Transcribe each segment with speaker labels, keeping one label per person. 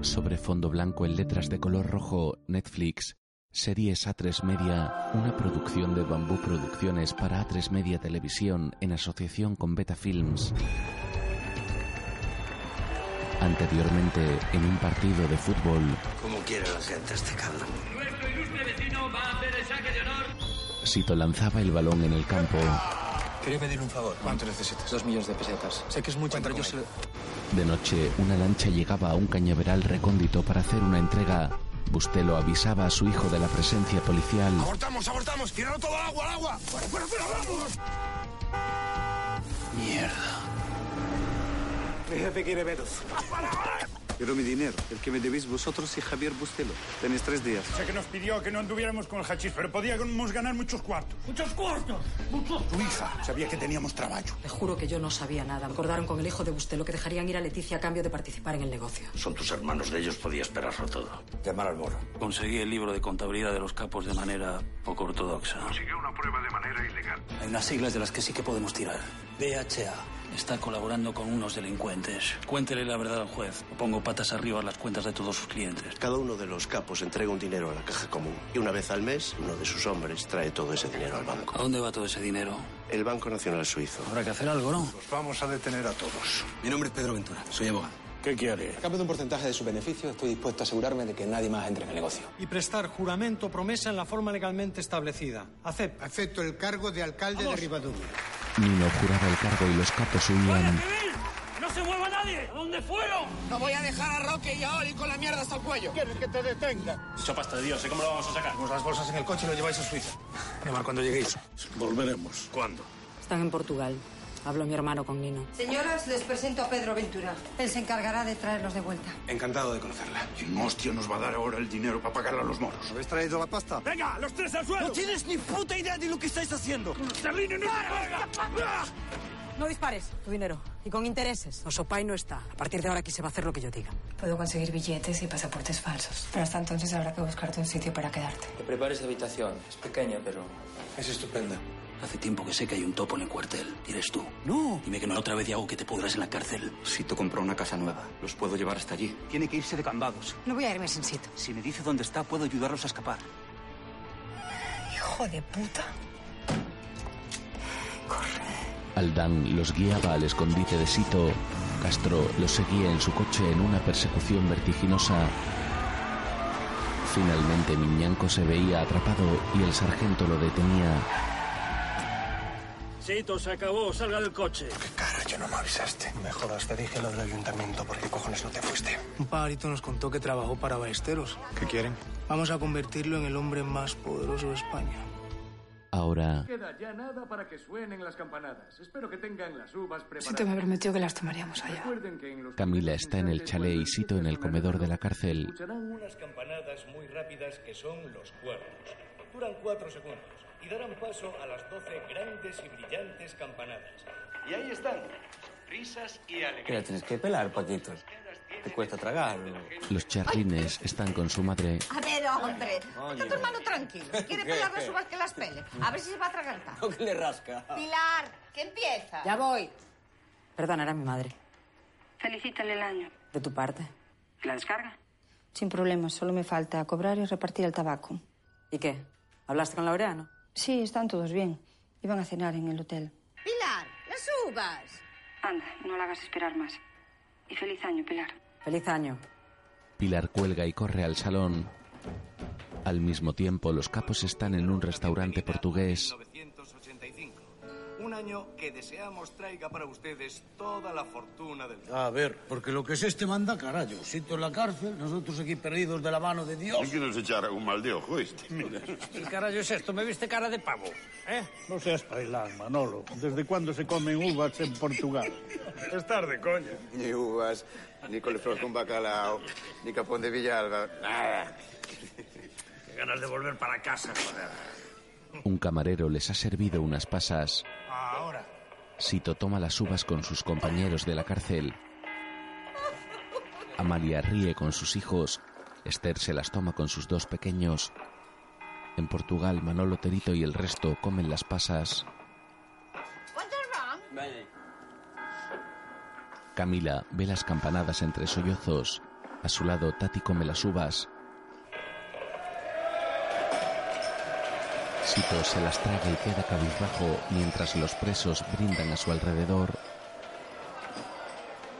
Speaker 1: Sobre fondo blanco en letras de color rojo, Netflix, series A3 Media, una producción de Bambú Producciones para A3 Media Televisión en asociación con Beta Films. Anteriormente, en un partido de fútbol,
Speaker 2: ¿Cómo quiere la gente este cabrón?
Speaker 3: Nuestro ilustre vecino va a hacer el saque de honor.
Speaker 1: Sito lanzaba el balón en el campo.
Speaker 4: Quería pedir un favor.
Speaker 5: ¿Cuánto necesitas?
Speaker 4: Dos millones de pesetas. Sé que es mucho,
Speaker 5: Cuenta
Speaker 4: pero yo
Speaker 5: con
Speaker 4: sé...
Speaker 5: ello.
Speaker 1: De noche, una lancha llegaba a un cañaveral recóndito para hacer una entrega. Bustelo avisaba a su hijo de la presencia policial.
Speaker 5: ¡Abortamos, abortamos! ¡Tirarlo todo al agua, al agua! ¡Fuera, fuera, fuera, vamos!
Speaker 2: Mierda.
Speaker 5: Mi jefe quiere veros.
Speaker 6: Quiero mi dinero, el que me debéis vosotros y Javier Bustelo. Tenéis tres días.
Speaker 7: Sé que nos pidió que no anduviéramos con el hachís, pero podíamos ganar muchos cuartos.
Speaker 3: ¡Muchos cuartos! ¡Muchos!
Speaker 7: Tu hija sabía que teníamos trabajo.
Speaker 8: Te juro que yo no sabía nada. Acordaron con el hijo de Bustelo que dejarían ir a Leticia a cambio de participar en el negocio.
Speaker 2: Son tus hermanos, de ellos podía esperarlo todo.
Speaker 4: Llamar al moro.
Speaker 2: Conseguí el libro de contabilidad de los capos de manera poco ortodoxa.
Speaker 7: Consiguió una prueba de manera ilegal.
Speaker 2: Hay unas siglas de las que sí que podemos tirar. BHA. Está colaborando con unos delincuentes. Cuéntele la verdad al juez. O pongo patas arriba a las cuentas de todos sus clientes.
Speaker 9: Cada uno de los capos entrega un dinero a la caja común y una vez al mes uno de sus hombres trae todo ese dinero al banco.
Speaker 2: ¿A dónde va todo ese dinero?
Speaker 9: El Banco Nacional Suizo.
Speaker 2: Habrá que hacer algo, ¿no?
Speaker 7: Los vamos a detener a todos.
Speaker 4: Mi nombre es Pedro Ventura. Soy abogado.
Speaker 2: ¿Qué quiere?
Speaker 4: A cambio de un porcentaje de su beneficio, estoy dispuesto a asegurarme de que nadie más entre en el negocio.
Speaker 10: y prestar juramento o promesa en la forma legalmente establecida. Acepta.
Speaker 5: Acepto el cargo de alcalde de Ribadumia.
Speaker 1: Nino juraba el cargo y los capos se unían.
Speaker 3: civil! ¡No se mueva nadie! ¿A dónde fueron?
Speaker 5: No voy a dejar a Roque y a Oli con la mierda hasta el cuello. ¿Quieres que te detenga?
Speaker 2: Sopas de Dios, ¿eh? ¿cómo lo vamos a sacar?
Speaker 5: Ponemos las bolsas en el coche y lo lleváis a Suiza. Además, cuando lleguéis.
Speaker 2: Volveremos. ¿Cuándo?
Speaker 8: Están en Portugal. Habló mi hermano con Nino.
Speaker 11: Señoras, les presento a Pedro Ventura. Él se encargará de traerlos de vuelta.
Speaker 4: Encantado de conocerla.
Speaker 7: ¿Quién hostia nos va a dar ahora el dinero para pagarle a los moros?
Speaker 6: ¿Habéis traído la pasta?
Speaker 7: ¡Venga, los tres al suelo!
Speaker 5: tienes ni puta idea de lo que estáis haciendo.
Speaker 7: ¡Serlini, no
Speaker 8: No dispares. Tu dinero. Y con intereses. Osopay no está. A partir de ahora aquí se va a hacer lo que yo diga.
Speaker 11: Puedo conseguir billetes y pasaportes falsos. Pero hasta entonces habrá que buscarte un sitio para quedarte.
Speaker 4: Te prepares de habitación. Es pequeña, pero... Es estupenda.
Speaker 2: Hace tiempo que sé que hay un topo en el cuartel. Y eres tú. No. Dime que no otra vez y hago que te pudras en la cárcel.
Speaker 4: Sito compró una casa nueva. Los puedo llevar hasta allí. Tiene que irse de cambados.
Speaker 11: No voy a irme sin sitio.
Speaker 4: Si me dice dónde está, puedo ayudarlos a escapar.
Speaker 11: Hijo de puta.
Speaker 1: Aldán los guiaba al escondite de Sito. Castro los seguía en su coche en una persecución vertiginosa. Finalmente Miñanco se veía atrapado y el sargento lo detenía.
Speaker 3: Sito, se acabó. Salga del coche.
Speaker 5: Cara, yo no me avisaste. Mejor hasta dije lo del ayuntamiento. ¿Por qué cojones no te fuiste?
Speaker 10: Un pajarito nos contó que trabajó para Ballesteros.
Speaker 6: ¿Qué quieren?
Speaker 10: Vamos a convertirlo en el hombre más poderoso de España.
Speaker 1: Ahora,
Speaker 7: Queda ya nada para que suenen las campanadas. Espero que tengan las uvas
Speaker 11: Yo te me prometió que las tomaríamos allá.
Speaker 7: Recuerden que en los...
Speaker 1: Camila está en el chalet y Sito en el comedor de la cárcel.
Speaker 3: Unas campanadas muy rápidas que son los cuernos. Duran cuatro segundos y darán paso a las doce grandes y brillantes campanadas.
Speaker 5: Y ahí están. Risas y alegrías.
Speaker 4: Que la tienes que pelar, Paquito. Te cuesta tragar.
Speaker 1: Los charlines están con su madre.
Speaker 11: A ver, hombre.
Speaker 4: Oye.
Speaker 11: Está tu hermano tranquilo. Quiere pelar las uvas que las pele. A ver si se va a atragantar.
Speaker 4: ¿O que le rasca?
Speaker 11: Pilar, que empieza.
Speaker 8: Ya voy. Perdón, era mi madre.
Speaker 11: Felicítale el año.
Speaker 8: De tu parte.
Speaker 11: ¿La descarga?
Speaker 8: Sin problemas. Solo me falta cobrar y repartir el tabaco. ¿Y qué? ¿Hablaste con Laureano?
Speaker 11: Sí, están todos bien. Iban a cenar en el hotel. Pilar, las uvas. Anda, no la hagas esperar más. Y feliz año, Pilar.
Speaker 8: Feliz año.
Speaker 1: Pilar cuelga y corre al salón. Al mismo tiempo, los capos están en un restaurante portugués.
Speaker 5: 1985. Un año que deseamos traiga para ustedes toda la fortuna del mundo.
Speaker 4: A ver, porque lo que es este manda, carajo. Sito en la cárcel, nosotros aquí perdidos de la mano de Dios.
Speaker 7: quieres echar un mal de ojo este?
Speaker 4: ¿Qué carajo es esto? ¿Me viste cara de pavo? ¿Eh?
Speaker 5: No seas pailán, Manolo. ¿Desde cuándo se comen uvas en Portugal?
Speaker 7: Es tarde, coño.
Speaker 6: Ni uvas, ni coliflor con bacalao, ni capón de Villalba. Nada.
Speaker 3: Qué ganas de volver para casa, joder.
Speaker 1: Un camarero les ha servido unas pasas.
Speaker 5: Ahora.
Speaker 1: Sito toma las uvas con sus compañeros de la cárcel. Amalia ríe con sus hijos. Esther se las toma con sus dos pequeños. En Portugal, Manolo Terito y el resto comen las pasas.
Speaker 11: ¿Cuántos van?
Speaker 1: Camila ve las campanadas entre sollozos. A su lado, Tati come las uvas. Sito se las traga y queda cabizbajo mientras los presos brindan a su alrededor.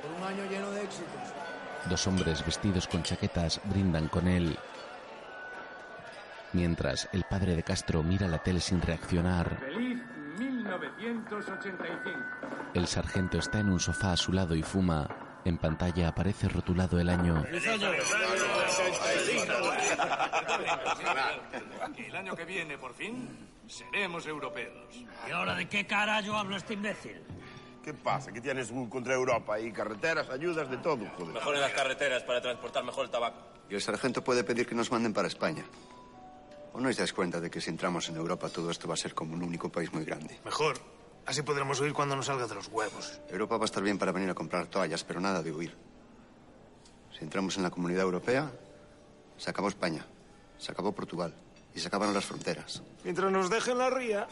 Speaker 4: Por un año lleno de éxitos.
Speaker 1: Dos hombres vestidos con chaquetas brindan con él. Mientras el padre de Castro mira la tele sin reaccionar,
Speaker 2: Feliz 1985.
Speaker 1: el sargento está en un sofá a su lado y fuma. En pantalla aparece rotulado el año.
Speaker 12: El año que viene, por fin, seremos europeos.
Speaker 13: ¿Y ahora de qué carajo habla este imbécil?
Speaker 14: ¿Qué pasa? ¿Que tienes un contra Europa y carreteras, ayudas, de todo, joder?
Speaker 3: Mejor en las carreteras para transportar mejor el tabaco.
Speaker 6: Y el sargento puede pedir que nos manden para España. ¿O no os dais cuenta de que si entramos en Europa todo esto va a ser como un único país muy grande?
Speaker 4: Mejor. Así podremos huir cuando nos salga de los huevos.
Speaker 6: Europa va a estar bien para venir a comprar toallas, pero nada de huir. Si entramos en la comunidad europea, se acabó España, se acabó Portugal y se acabaron las fronteras.
Speaker 4: Mientras nos dejen la ría.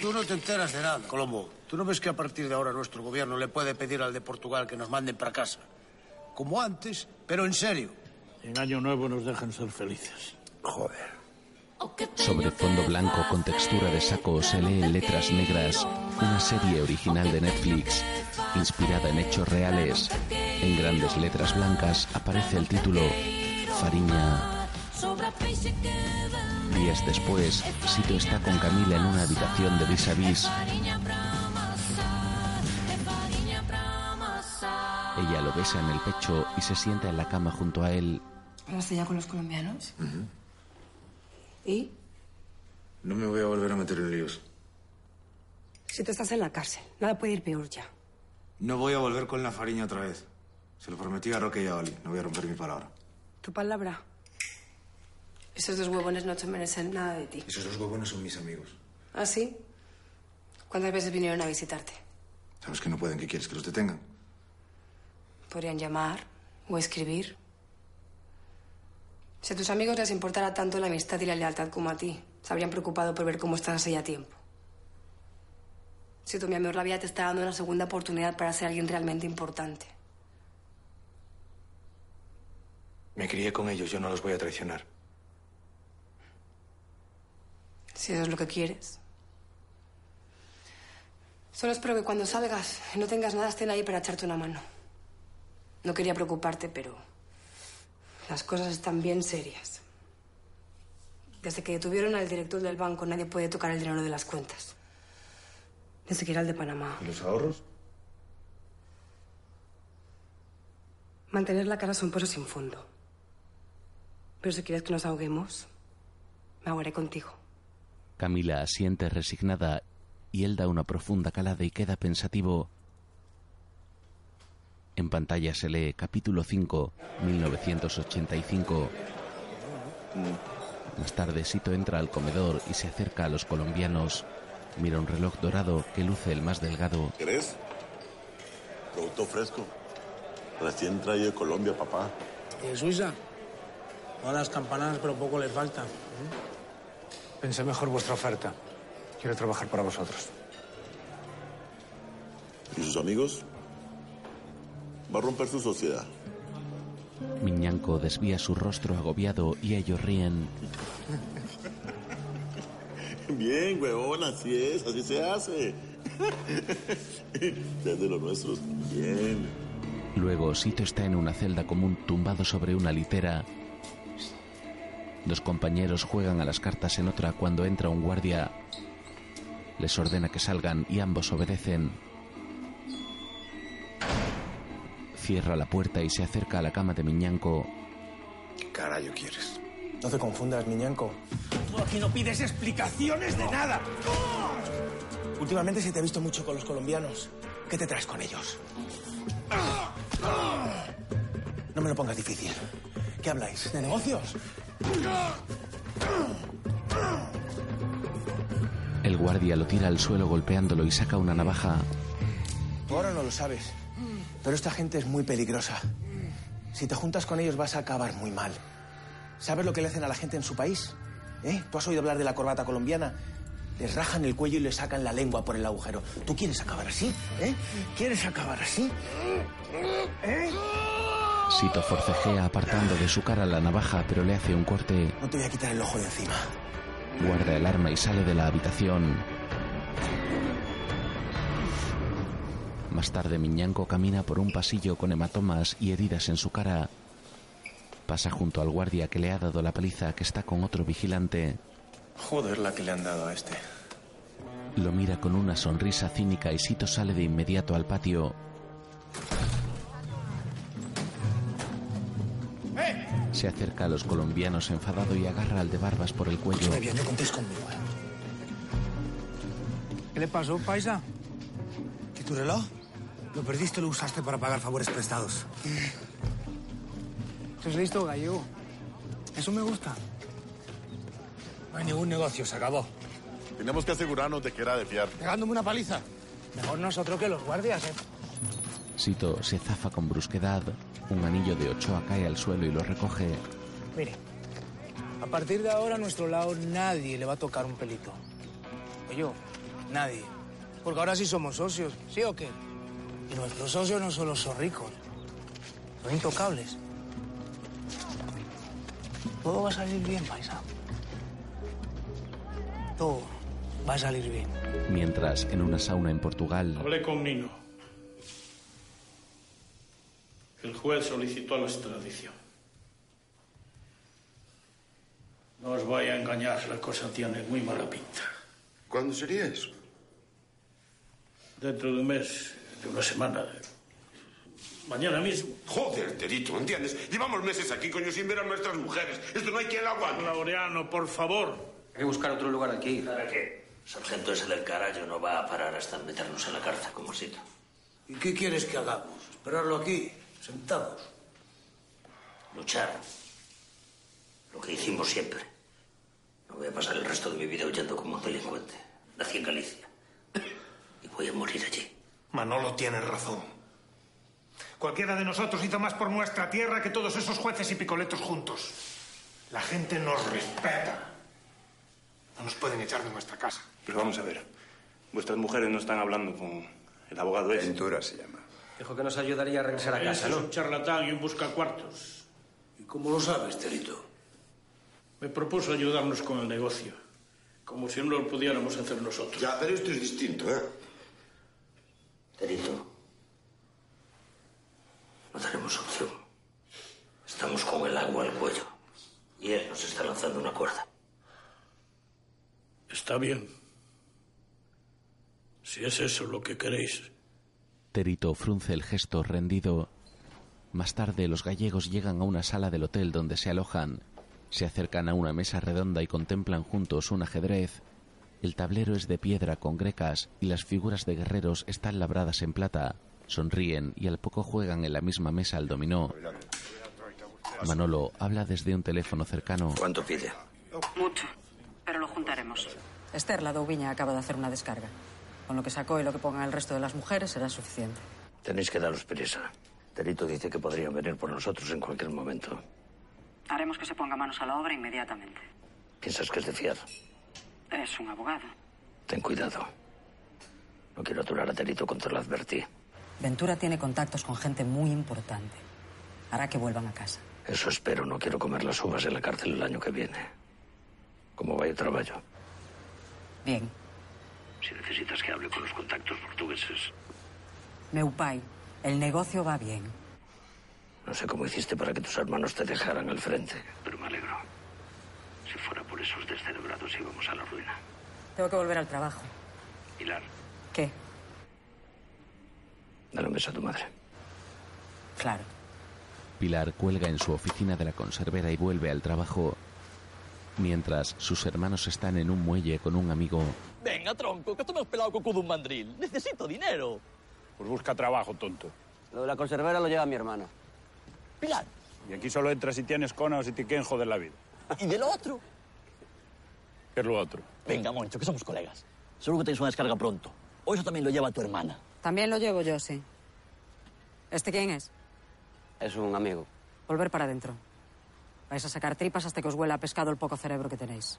Speaker 15: Tú no te enteras de nada, Colombo. Tú no ves que a partir de ahora nuestro gobierno le puede pedir al de Portugal que nos manden para casa. Como antes, pero en serio.
Speaker 4: En Año Nuevo nos dejan ser felices. Joder.
Speaker 1: Sobre fondo blanco con textura de saco se lee en letras negras una serie original de Netflix inspirada en hechos reales. En grandes letras blancas aparece el título Fariña. Días después, Sito está con Camila en una habitación de vis a vis. Ella lo besa en el pecho y se sienta en la cama junto a él.
Speaker 16: ¿Hablaste ya con los colombianos?
Speaker 11: ¿Y?
Speaker 17: No me voy a volver a meter en líos.
Speaker 11: Si tú estás en la cárcel, nada puede ir peor ya.
Speaker 17: No voy a volver con la fariña otra vez. Se lo prometí a Roque y a Oli. No voy a romper mi palabra.
Speaker 16: Tu palabra. Esos dos huevones no te merecen nada de ti.
Speaker 17: Esos dos huevones son mis amigos.
Speaker 16: ¿Ah, sí? ¿Cuántas veces vinieron a visitarte?
Speaker 17: Sabes que no pueden. ¿Qué quieres? ¿Que los detengan?
Speaker 16: Podrían llamar o escribir. Si a tus amigos les importara tanto la amistad y la lealtad como a ti, se habrían preocupado por ver cómo estás hace ya tiempo. Si tu mi amor la vida te está dando una segunda oportunidad para ser alguien realmente importante.
Speaker 17: Me crié con ellos. Yo no los voy a traicionar.
Speaker 16: Si eso es lo que quieres. Solo espero que cuando salgas y no tengas nada estén ahí para echarte una mano. No quería preocuparte, pero las cosas están bien serias. Desde que detuvieron al director del banco, nadie puede tocar el dinero de las cuentas. Ni siquiera el de Panamá.
Speaker 17: ¿Y los ahorros?
Speaker 16: Mantener la cara es un pozo sin fondo. Pero si quieres que nos ahoguemos, me ahogaré contigo.
Speaker 1: Camila asiente resignada y él da una profunda calada y queda pensativo. En pantalla se lee capítulo 5, 1985. Más tarde, Sito entra al comedor y se acerca a los colombianos. Mira un reloj dorado que luce el más delgado.
Speaker 18: ¿Querés? Producto fresco. Recién traído de Colombia, papá.
Speaker 4: ¿Y en Suiza? Todas las campanadas, pero poco les falta. Pensé mejor vuestra oferta. Quiero trabajar para vosotros.
Speaker 18: ¿Y sus amigos? Va a romper su sociedad.
Speaker 1: Miñanco desvía su rostro agobiado y ellos ríen.
Speaker 18: Bien, huevón, así es, así se hace. Desde los nuestros. Bien.
Speaker 1: Luego, Sito está en una celda común tumbado sobre una litera. Dos compañeros juegan a las cartas en otra cuando entra un guardia. Les ordena que salgan y ambos obedecen. Cierra la puerta y se acerca a la cama de Miñanco.
Speaker 17: ¿Qué carajo quieres?
Speaker 10: No te confundas, Miñanco.
Speaker 13: Tú aquí no pides explicaciones de nada.
Speaker 10: Últimamente se te ha visto mucho con los colombianos. ¿Qué te traes con ellos? No me lo pongas difícil. ¿Qué habláis? ¿De negocios?
Speaker 1: El guardia lo tira al suelo golpeándolo y saca una navaja.
Speaker 10: Ahora no lo sabes. Pero esta gente es muy peligrosa. Si te juntas con ellos vas a acabar muy mal. ¿Sabes lo que le hacen a la gente en su país? ¿Eh? ¿Tú has oído hablar de la corbata colombiana? Les rajan el cuello y les sacan la lengua por el agujero. ¿Tú quieres acabar así? ¿Eh? ¿Quieres acabar así? ¿Eh?
Speaker 1: Sito forcejea apartando de su cara la navaja, pero le hace un corte.
Speaker 10: No te voy a quitar el ojo de encima.
Speaker 1: Guarda el arma y sale de la habitación. Más tarde, Miñanco camina por un pasillo con hematomas y heridas en su cara. Pasa junto al guardia que le ha dado la paliza que está con otro vigilante.
Speaker 10: Joder, la que le han dado a este.
Speaker 1: Lo mira con una sonrisa cínica y Sito sale de inmediato al patio. Se acerca a los colombianos enfadado y agarra al de barbas por el cuello.
Speaker 4: Está bien, no contéis conmigo. eh. ¿Qué le pasó, paisa? ¿Y tu reloj? Lo perdiste o lo usaste para pagar favores prestados. Estás listo, gallego. Eso me gusta. No hay ningún negocio, se acabó.
Speaker 18: Tenemos que asegurarnos de que era de fiar.
Speaker 4: Pegándome una paliza. Mejor nosotros que los guardias, ¿eh?
Speaker 1: Sito se zafa con brusquedad. Un anillo de ochoa cae al suelo y lo recoge.
Speaker 4: Mire, a partir de ahora a nuestro lado nadie le va a tocar un pelito. Oye, nadie. Porque ahora sí somos socios, ¿sí o qué? Y nuestros socios no son los zorricos, son intocables. Todo va a salir bien, paisa. Todo va a salir bien.
Speaker 1: Mientras, en una sauna en Portugal,
Speaker 5: Hablé con Nino. El juez solicitó la extradición. No os voy a engañar, la cosa tiene muy mala pinta.
Speaker 18: ¿Cuándo sería eso?
Speaker 5: Dentro de un mes, de una semana. Mañana mismo.
Speaker 18: Joder, Terito, ¿entiendes? Llevamos meses aquí, coño, sin ver a nuestras mujeres. Esto no hay quien lo aguante.
Speaker 5: Laureano, por favor.
Speaker 19: Hay que buscar otro lugar aquí.
Speaker 3: ¿Para qué? Sargento ese del carajo no va a parar hasta meternos en la cárcel como Sito.
Speaker 15: ¿Y qué quieres que hagamos? ¿Esperarlo aquí, sentados?
Speaker 3: Luchar. Lo que hicimos siempre. No voy a pasar el resto de mi vida huyendo como un delincuente. Nací en Galicia. Y voy a morir allí.
Speaker 20: Manolo tiene razón. Cualquiera de nosotros hizo más por nuestra tierra que todos esos jueces y picoletos juntos. La gente nos respeta. No nos pueden echar de nuestra casa.
Speaker 21: Pero vamos a ver. Vuestras mujeres no están hablando con el abogado ese.
Speaker 6: Ventura se llama.
Speaker 19: Dijo que nos ayudaría a regresar a
Speaker 5: Ese
Speaker 19: casa,
Speaker 5: es
Speaker 19: ¿no?
Speaker 5: un charlatán y un buscacuartos.
Speaker 15: ¿Y cómo lo sabes, Terito?
Speaker 5: Me propuso ayudarnos con el negocio. Como si no lo pudiéramos hacer nosotros.
Speaker 18: Ya, pero esto es distinto, ¿eh?
Speaker 3: Terito. No tenemos opción. Estamos con el agua al cuello. Y él nos está lanzando una cuerda.
Speaker 5: Está bien. Si es eso lo que queréis.
Speaker 1: Terito frunce el gesto rendido. Más tarde, los gallegos llegan a una sala del hotel donde se alojan. Se acercan a una mesa redonda y contemplan juntos un ajedrez. El tablero es de piedra con grecas y las figuras de guerreros están labradas en plata. Sonríen y al poco juegan en la misma mesa al dominó. Manolo habla desde un teléfono cercano.
Speaker 3: ¿Cuánto pide?
Speaker 8: Mucho, pero lo juntaremos. Esther, la Doubiña, acaba de hacer una descarga. Con lo que sacó y lo que pongan el resto de las mujeres será suficiente.
Speaker 3: Tenéis que daros prisa. Terito dice que podrían venir por nosotros en cualquier momento.
Speaker 8: Haremos que se ponga manos a la obra inmediatamente.
Speaker 3: ¿Piensas que es de fiar?
Speaker 8: Es un abogado.
Speaker 3: Ten cuidado. No quiero aturar a Terito contra lo advertí.
Speaker 8: Ventura tiene contactos con gente muy importante. Hará que vuelvan a casa.
Speaker 3: Eso espero. No quiero comer las uvas en la cárcel el año que viene. Como vaya trabajo.
Speaker 8: Bien.
Speaker 3: Si necesitas que hable con los contactos portugueses,
Speaker 8: Meupai, el negocio va bien.
Speaker 3: no sé cómo hiciste para que tus hermanos te dejaran al frente. Pero me alegro. Si fuera por esos descerebrados íbamos a la ruina.
Speaker 8: Tengo que volver al trabajo.
Speaker 3: Pilar,
Speaker 8: ¿Qué?
Speaker 3: dale un beso a tu madre.
Speaker 8: Claro.
Speaker 1: Pilar cuelga en su oficina de la conservera y vuelve al trabajo. Mientras, sus hermanos están en un muelle con un amigo.
Speaker 22: Venga, tronco, que esto me has pelado coco de un mandril. Necesito dinero.
Speaker 7: Pues busca trabajo, tonto.
Speaker 22: Lo de la conservera lo lleva mi hermano. Pilar,
Speaker 7: Y aquí solo entras si tienes cona o si te quieren joder la vida.
Speaker 22: ¿y de lo otro?
Speaker 7: ¿Qué es lo otro?
Speaker 22: Venga, Moncho, que somos colegas. Seguro que tenéis una descarga pronto. O eso también lo lleva tu hermana.
Speaker 8: También lo llevo yo, sí. ¿Este quién es?
Speaker 22: Es un amigo.
Speaker 8: Volver para adentro. Vais a sacar tripas hasta que os huela a pescado el poco cerebro que tenéis.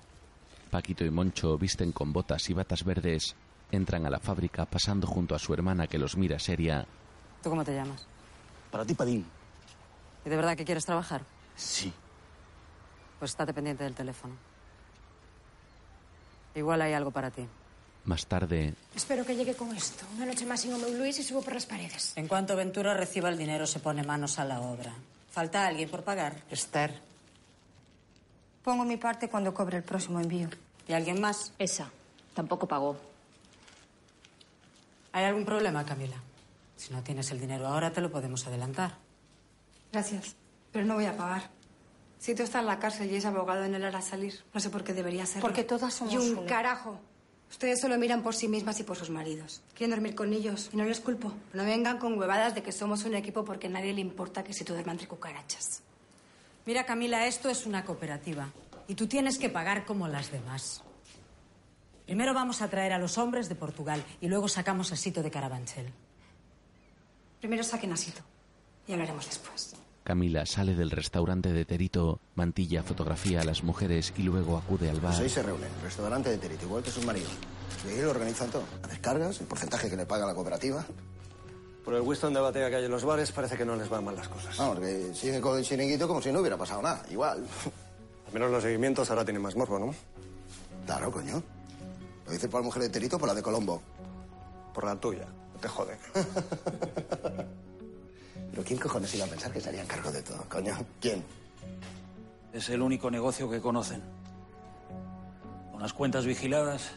Speaker 1: Paquito y Moncho visten con botas y batas verdes. Entran a la fábrica pasando junto a su hermana que los mira seria.
Speaker 8: ¿Tú cómo te llamas?
Speaker 22: Para ti, Padín.
Speaker 8: ¿Y de verdad que quieres trabajar?
Speaker 22: Sí.
Speaker 8: Pues estate pendiente del teléfono. Igual hay algo para ti.
Speaker 1: Más tarde,
Speaker 23: Espero que llegue con esto. Una noche más sin Hombre Luis y subo por las paredes.
Speaker 8: En cuanto Ventura reciba el dinero, se pone manos a la obra. ¿Falta alguien por pagar? Esther.
Speaker 11: Pongo mi parte cuando cobre el próximo envío.
Speaker 8: ¿Y alguien más?
Speaker 23: Esa. Tampoco pagó.
Speaker 8: ¿Hay algún problema, Camila? Si no tienes el dinero ahora, te lo podemos adelantar.
Speaker 16: Gracias, pero no voy a pagar. Si tú estás en la cárcel y es abogado en el hará salir, no sé por qué debería ser.
Speaker 23: Porque todas somos
Speaker 16: Y un
Speaker 23: una.
Speaker 16: carajo. Ustedes solo miran por sí mismas y por sus maridos. Quieren dormir con ellos y no les culpo. No vengan con huevadas de que somos un equipo porque a nadie le importa que se tú duerma entre cucarachas.
Speaker 8: Mira, Camila, esto es una cooperativa. Y tú tienes que pagar como las demás. Primero vamos a traer a los hombres de Portugal y luego sacamos a Sito de Carabanchel.
Speaker 16: Primero saquen a Sito y hablaremos después.
Speaker 1: Camila sale del restaurante de Terito, mantilla fotografía a las mujeres y luego acude al bar.
Speaker 24: Los seis se reúnen, restaurante de Terito, igual que sus maridos. Y ahí lo organizan todo. Las descargas, el porcentaje que le paga la cooperativa.
Speaker 19: Por el Winston de batalla que hay en los bares, parece que no les van mal las cosas.
Speaker 24: Vamos, que sigue con el chiringuito como si no hubiera pasado nada, igual.
Speaker 19: Al menos los seguimientos ahora tienen más morbo, ¿no?
Speaker 24: Claro, coño. ¿Lo dices por la mujer de Terito o por la de Colombo?
Speaker 19: Por la tuya, no te jode.
Speaker 24: Pero ¿quién cojones iba a pensar que estaría en cargo de todo, coño? ¿Quién?
Speaker 2: Es el único negocio que conocen. Unas cuentas vigiladas.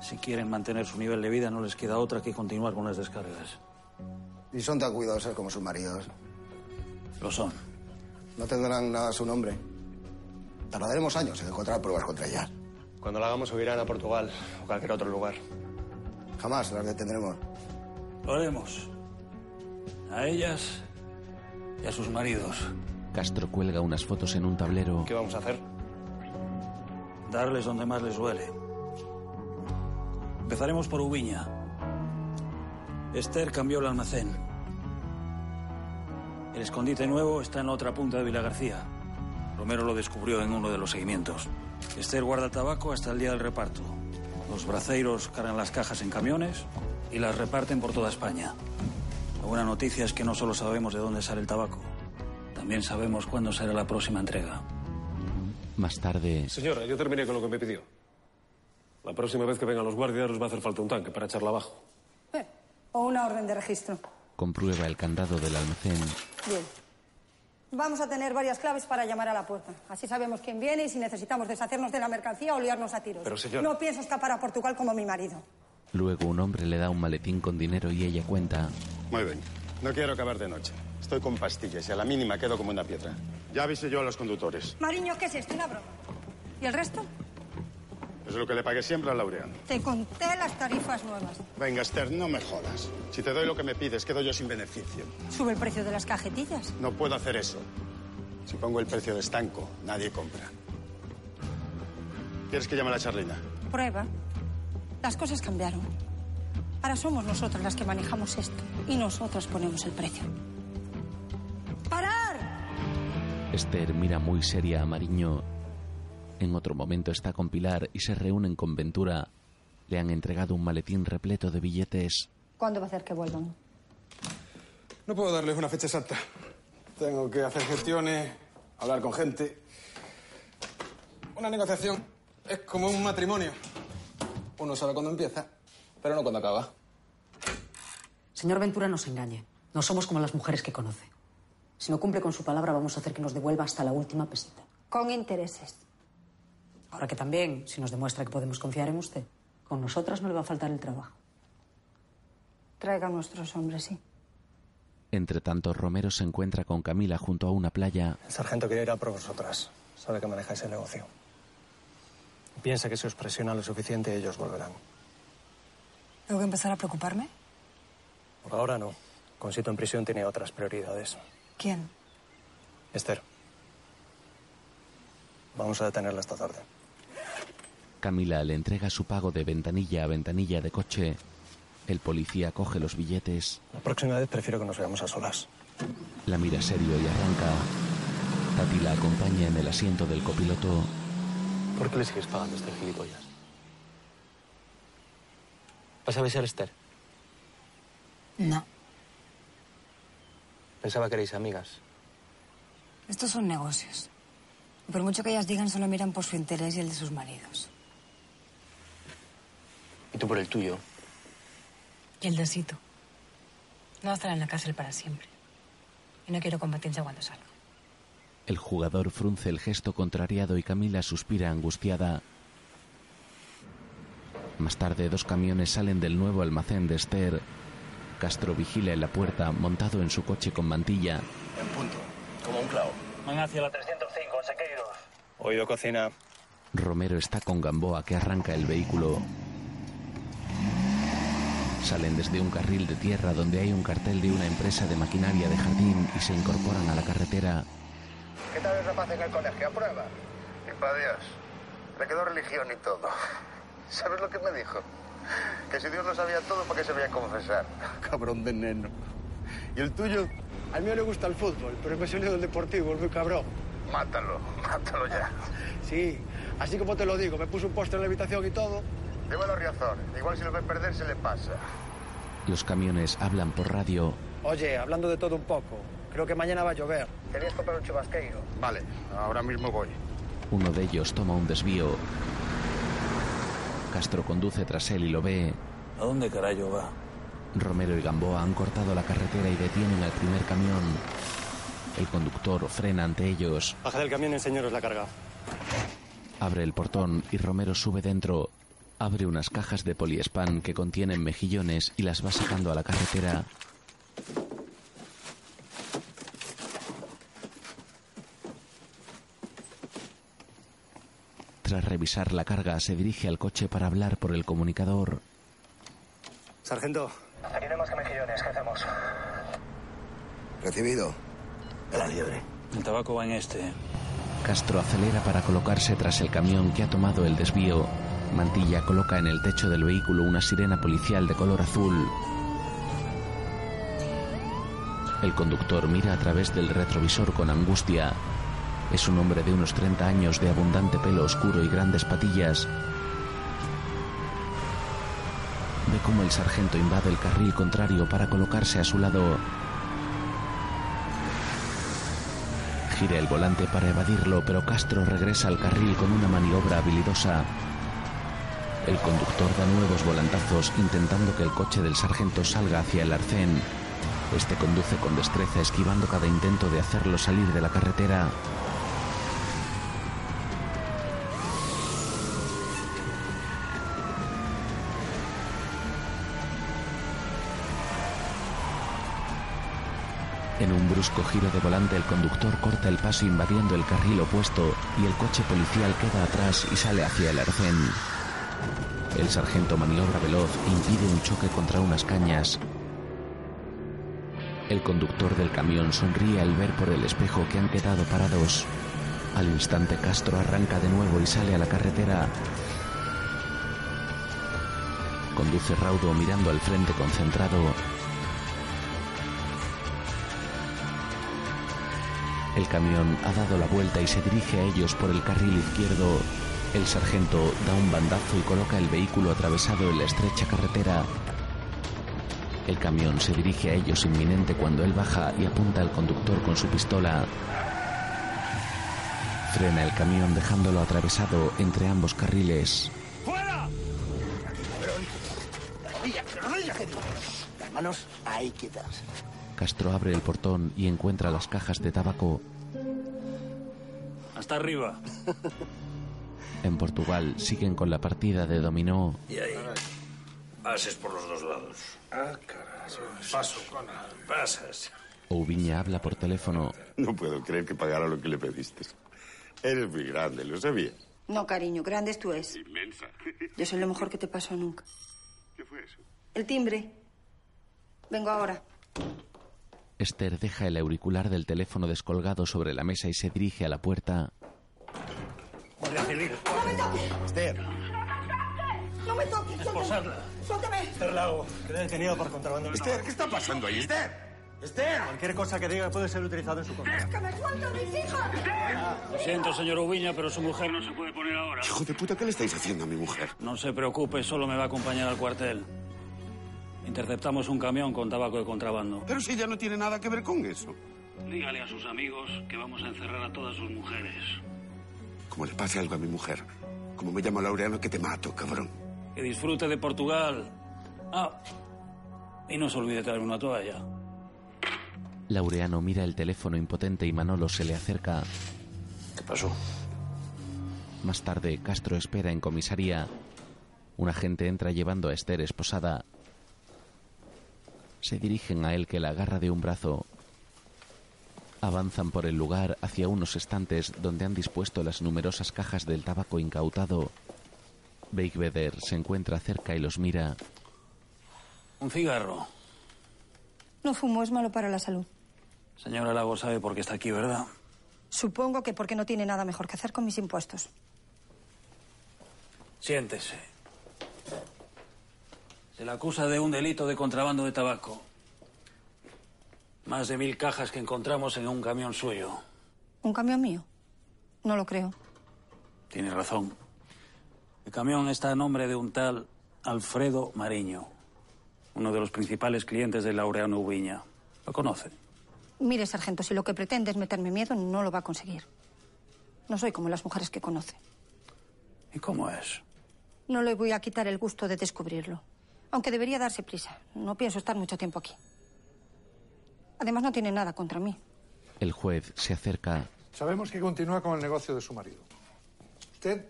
Speaker 2: Si quieren mantener su nivel de vida, no les queda otra que continuar con las descargas.
Speaker 24: Y son tan cuidadosos como sus maridos.
Speaker 2: Lo son.
Speaker 24: No tendrán nada a su nombre. Tardaremos años en encontrar pruebas contra ellas.
Speaker 19: Cuando la hagamos subirán a Portugal o cualquier otro lugar.
Speaker 24: Jamás las detendremos.
Speaker 2: Lo haremos. A ellas y a sus maridos.
Speaker 1: Castro cuelga unas fotos en un tablero.
Speaker 2: ¿Qué vamos a hacer? Darles donde más les duele. Empezaremos por Ubiña. Esther cambió el almacén. El escondite nuevo está en la otra punta de Vila García. Romero lo descubrió en uno de los seguimientos. Esther guarda tabaco hasta el día del reparto. Los braceiros cargan las cajas en camiones y las reparten por toda España. La buena noticia es que no solo sabemos de dónde sale el tabaco, también sabemos cuándo será la próxima entrega.
Speaker 1: Más tarde,
Speaker 9: Señora, yo terminé con lo que me pidió. La próxima vez que vengan los guardias nos va a hacer falta un tanque para echarla abajo.
Speaker 11: O una orden de registro.
Speaker 1: comprueba el candado del almacén.
Speaker 11: Bien. Vamos a tener varias claves para llamar a la puerta. Así sabemos quién viene y si necesitamos deshacernos de la mercancía o liarnos a tiros.
Speaker 1: Pero, señora-
Speaker 11: No pienso escapar a Portugal como mi marido.
Speaker 1: Luego un hombre le da un maletín con dinero y ella cuenta.
Speaker 25: Muy bien. No quiero acabar de noche. Estoy con pastillas y a la mínima quedo como una piedra. Ya avisé yo a los conductores.
Speaker 11: Mariño, ¿qué es esto? Una broma. ¿Y el resto?
Speaker 25: Es lo que le pagué siempre al Laureano.
Speaker 11: Te conté las tarifas nuevas.
Speaker 25: Venga, Esther, no me jodas. Si te doy lo que me pides, quedo yo sin beneficio.
Speaker 11: Sube el precio de las cajetillas.
Speaker 25: No puedo hacer eso. Si pongo el precio de estanco, nadie compra. ¿Quieres que llame a la charlina?
Speaker 11: Prueba. Las cosas cambiaron. Ahora somos nosotros las que manejamos esto y nosotros ponemos el precio. ¡Parar!
Speaker 1: Esther mira muy seria a Mariño. En otro momento está con Pilar y se reúnen con Ventura. Le han entregado un maletín repleto de billetes.
Speaker 11: ¿Cuándo va a hacer que vuelvan?
Speaker 17: No puedo darles una fecha exacta. Tengo que hacer gestiones, hablar con gente. Una negociación es como un matrimonio. Uno sabe cuándo empieza, pero no cuándo acaba.
Speaker 8: Señor Ventura, no se engañe. No somos como las mujeres que conoce. Si no cumple con su palabra, vamos a hacer que nos devuelva hasta la última peseta.
Speaker 11: Con intereses.
Speaker 8: Ahora que también, si nos demuestra que podemos confiar en usted, con nosotras no le va a faltar el trabajo.
Speaker 11: Traiga a nuestros hombres, sí.
Speaker 1: Entre tanto, Romero se encuentra con Camila junto a una playa.
Speaker 26: El sargento quiere ir a por vosotras. Sabe que manejáis el negocio. Piensa que si os presiona lo suficiente, ellos volverán.
Speaker 16: ¿Tengo que empezar a preocuparme?
Speaker 26: Por ahora no. Con Sito en prisión tiene otras prioridades.
Speaker 16: ¿Quién?
Speaker 26: Esther. Vamos a detenerla esta tarde.
Speaker 1: Camila le entrega su pago de ventanilla a ventanilla de coche. El policía coge los billetes.
Speaker 26: La próxima vez prefiero que nos veamos a solas.
Speaker 1: La mira serio y arranca. Tati la acompaña en el asiento del copiloto.
Speaker 27: ¿Por qué le sigues pagando a este gilipollas? ¿Vas a besar a Esther?
Speaker 11: No.
Speaker 27: Pensaba que erais amigas.
Speaker 11: Estos son negocios. Y por mucho que ellas digan, solo miran por su interés y el de sus maridos.
Speaker 22: Y tú por el tuyo.
Speaker 12: Y el desito. No estará en la cárcel para siempre. Y no quiero competencia cuando salga.
Speaker 1: El jugador frunce el gesto contrariado y Camila suspira angustiada. Más tarde, dos camiones salen del nuevo almacén de Esther. Castro vigila en la puerta, montado en su coche con mantilla.
Speaker 15: En punto. Como un clavo.
Speaker 2: Van hacia la 305, Sequeiros.
Speaker 19: Oído cocina.
Speaker 1: Romero está con Gamboa, que arranca el vehículo. Salen desde un carril de tierra donde hay un cartel de una empresa de maquinaria de jardín y se incorporan a la carretera.
Speaker 10: ¿Qué tal el rapaz en el colegio? ¿Aprueba? Y para Dios. Le quedó religión y todo. ¿Sabes lo que me dijo? Que si Dios lo sabía todo, ¿para qué se voy a confesar?
Speaker 4: Cabrón de neno. ¿Y el tuyo? A mí le gusta el fútbol, pero es pasionero del deportivo, es muy cabrón.
Speaker 10: Mátalo, mátalo ya.
Speaker 4: Sí, así como te lo digo, me puso un póster en la habitación y todo.
Speaker 10: Llévalo a Riazor. Igual si lo ve perder, se le pasa.
Speaker 1: Los camiones hablan por radio.
Speaker 4: Oye, hablando de todo un poco, creo que mañana va a llover.
Speaker 10: Querías comprar un chubasqueiro. Vale, ahora mismo voy.
Speaker 1: Uno de ellos toma un desvío. Castro conduce tras él y lo ve.
Speaker 2: ¿A dónde carajo va?
Speaker 1: Romero y Gamboa han cortado la carretera y detienen al primer camión. El conductor frena ante ellos,
Speaker 19: Baja del camión y enseñaros la carga.
Speaker 1: abre el portón y Romero sube dentro. Abre unas cajas de poliespan que contienen mejillones y las va sacando a la carretera. Tras revisar la carga, se dirige al coche para hablar por el comunicador.
Speaker 19: Sargento.
Speaker 10: Aquí más que mejillones, ¿qué hacemos?
Speaker 24: Recibido.
Speaker 2: La liebre. El tabaco va en este.
Speaker 1: Castro acelera para colocarse tras el camión que ha tomado el desvío. Mantilla coloca en el techo del vehículo una sirena policial de color azul. El conductor mira a través del retrovisor con angustia. Es un hombre de unos 30 años de abundante pelo oscuro y grandes patillas. Ve cómo el sargento invade el carril contrario para colocarse a su lado. Gira el volante para evadirlo, pero Castro regresa al carril con una maniobra habilidosa. El conductor da nuevos volantazos intentando que el coche del sargento salga hacia el arcén. Este conduce con destreza esquivando cada intento de hacerlo salir de la carretera. En un brusco giro de volante el conductor corta el paso invadiendo el carril opuesto y el coche policial queda atrás y sale hacia el arcén. El sargento maniobra veloz e impide un choque contra unas cañas. El conductor del camión sonríe al ver por el espejo que han quedado parados. Al instante Castro arranca de nuevo y sale a la carretera. Conduce raudo mirando al frente concentrado. El camión ha dado la vuelta y se dirige a ellos por el carril izquierdo. El sargento da un bandazo y coloca el vehículo atravesado en la estrecha carretera. El camión se dirige a ellos inminente cuando él baja y apunta al conductor con su pistola. Frena el camión dejándolo atravesado entre ambos carriles.
Speaker 10: ¡Fuera! Rodilla, rodilla, querido. Las manos ahí quietas.
Speaker 1: Castro abre el portón y encuentra las cajas de tabaco.
Speaker 2: Hasta arriba.
Speaker 1: En Portugal siguen con la partida de dominó.
Speaker 3: Y ahí. Pases por los dos lados. Ah, carajo. Paso, Conan. Pasas.
Speaker 1: Oubiña habla por teléfono.
Speaker 18: No puedo creer que pagara lo que le pediste. Eres muy grande, lo sabía.
Speaker 11: No, cariño, grande tú es. Inmensa. Yo soy lo mejor que te pasó nunca.
Speaker 18: ¿Qué fue eso?
Speaker 11: El timbre. Vengo ahora.
Speaker 1: Esther deja el auricular del teléfono descolgado sobre la mesa y se dirige a la puerta.
Speaker 24: Esther.
Speaker 10: ¡No me toques!
Speaker 19: Esposarla.
Speaker 10: ¡Suéltame!
Speaker 19: Esther Lago, queda detenido por contrabando. Esther, ¿qué está pasando ahí, Esther? Esther. Cualquier cosa que diga puede ser utilizado en su contra.
Speaker 10: ¡Que me suelten mis hijos!
Speaker 2: Lo siento, señor Ubiña, pero su mujer no se puede poner ahora.
Speaker 7: Hijo de puta, ¿qué le estáis haciendo a mi mujer?
Speaker 2: No se preocupe, solo me va a acompañar al cuartel. Interceptamos un camión con tabaco de contrabando.
Speaker 7: Pero si ella no tiene nada que ver con eso.
Speaker 2: Dígale a sus amigos que vamos a encerrar a todas sus mujeres.
Speaker 7: Como le pase algo a mi mujer. Como me llamo Laureano, que te mato, cabrón.
Speaker 2: Que disfrute de Portugal. Ah, y no se olvide traer una toalla.
Speaker 1: Laureano mira el teléfono impotente y Manolo se le acerca.
Speaker 2: ¿Qué pasó?
Speaker 1: Más tarde, Castro espera en comisaría. Un agente entra llevando a Esther esposada. Se dirigen a él que la agarra de un brazo. Avanzan por el lugar hacia unos estantes donde han dispuesto las numerosas cajas del tabaco incautado. Beigbeder se encuentra cerca y los mira.
Speaker 2: Un cigarro.
Speaker 11: No fumo, es malo para la salud.
Speaker 2: Señora Lago sabe por qué está aquí, ¿verdad?
Speaker 11: Supongo que porque no tiene nada mejor que hacer con mis impuestos.
Speaker 2: Siéntese. Se la acusa de un delito de contrabando de tabaco. Más de mil cajas que encontramos en un camión suyo.
Speaker 11: ¿Un camión mío? No lo creo.
Speaker 2: Tiene razón. El camión está a nombre de un tal Alfredo Mariño, uno de los principales clientes de Laureano Ubiña. Lo conoce.
Speaker 11: Mire, sargento, si lo que pretende es meterme miedo, no lo va a conseguir. No soy como las mujeres que conoce.
Speaker 2: ¿Y cómo es?
Speaker 11: No le voy a quitar el gusto de descubrirlo. Aunque debería darse prisa. No pienso estar mucho tiempo aquí. Además, no tiene nada contra mí.
Speaker 1: El juez se acerca.
Speaker 23: Sabemos que continúa con el negocio de su marido. Usted,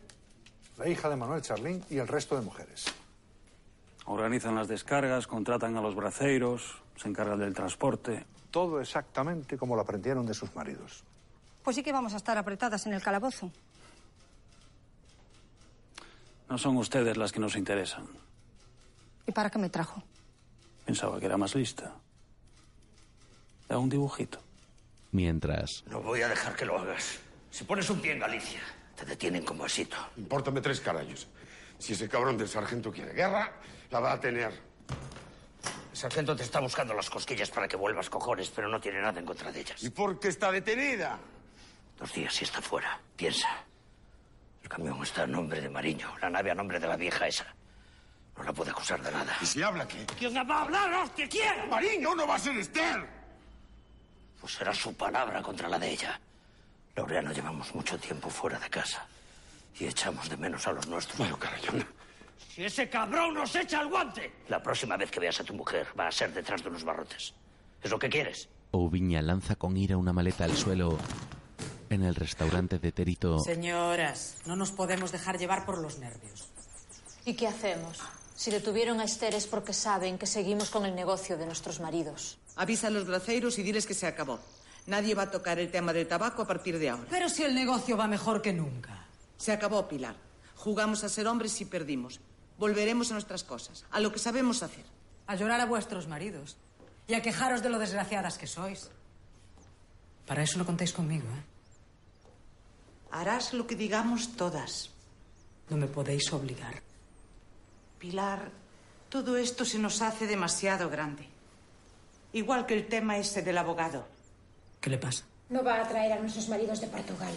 Speaker 23: la hija de Manuel Charlín y el resto de mujeres.
Speaker 2: Organizan las descargas, contratan a los braceiros, se encargan del transporte.
Speaker 23: Todo exactamente como lo aprendieron de sus maridos.
Speaker 11: Pues sí que vamos a estar apretadas en el calabozo.
Speaker 2: No son ustedes las que nos interesan.
Speaker 11: ¿Y para qué me trajo?
Speaker 2: Pensaba que era más lista. Da un dibujito.
Speaker 1: Mientras,
Speaker 3: No voy a dejar que lo hagas. Si pones un pie en Galicia, te detienen como asito.
Speaker 7: Impórtame tres carayos. Si ese cabrón del sargento quiere guerra, la va a tener.
Speaker 3: El sargento te está buscando las cosquillas para que vuelvas cojones, pero no tiene nada en contra de ellas.
Speaker 7: ¿Y por qué está detenida?
Speaker 3: Dos días y está fuera. Piensa. El camión está a nombre de Mariño, la nave a nombre de la vieja esa. No la puede acusar de nada.
Speaker 7: ¿Y si habla qué?
Speaker 3: ¿Quién va a hablar? ¡Hostia, quién!
Speaker 7: ¡Mariño, no va a ser Esther!
Speaker 3: Pues será su palabra contra la de ella. Laureano, llevamos mucho tiempo fuera de casa y echamos de menos a los nuestros. Bueno, carayona.
Speaker 10: Si ese cabrón nos echa el guante.
Speaker 3: La próxima vez que veas a tu mujer va a ser detrás de unos barrotes. ¿Es lo que quieres?
Speaker 1: Oubiña lanza con ira una maleta al suelo. En el restaurante de Terito,
Speaker 8: Señoras, no nos podemos dejar llevar por los nervios.
Speaker 6: ¿Y qué hacemos? Si detuvieron a Esther es porque saben que seguimos con el negocio de nuestros maridos. Avisa a los braceiros y diles que se acabó. Nadie va a tocar el tema del tabaco a partir de ahora.
Speaker 8: Pero si el negocio va mejor que nunca.
Speaker 6: Se acabó, Pilar. Jugamos a ser hombres y perdimos. Volveremos a nuestras cosas, a lo que sabemos hacer.
Speaker 8: A llorar a vuestros maridos. Y a quejaros de lo desgraciadas que sois. Para eso no contáis conmigo, ¿eh?
Speaker 6: Harás lo que digamos todas.
Speaker 8: No me podéis obligar.
Speaker 6: Pilar, todo esto se nos hace demasiado grande. Igual que el tema ese del abogado.
Speaker 8: ¿Qué le pasa?
Speaker 6: No va a traer a nuestros maridos de Portugal.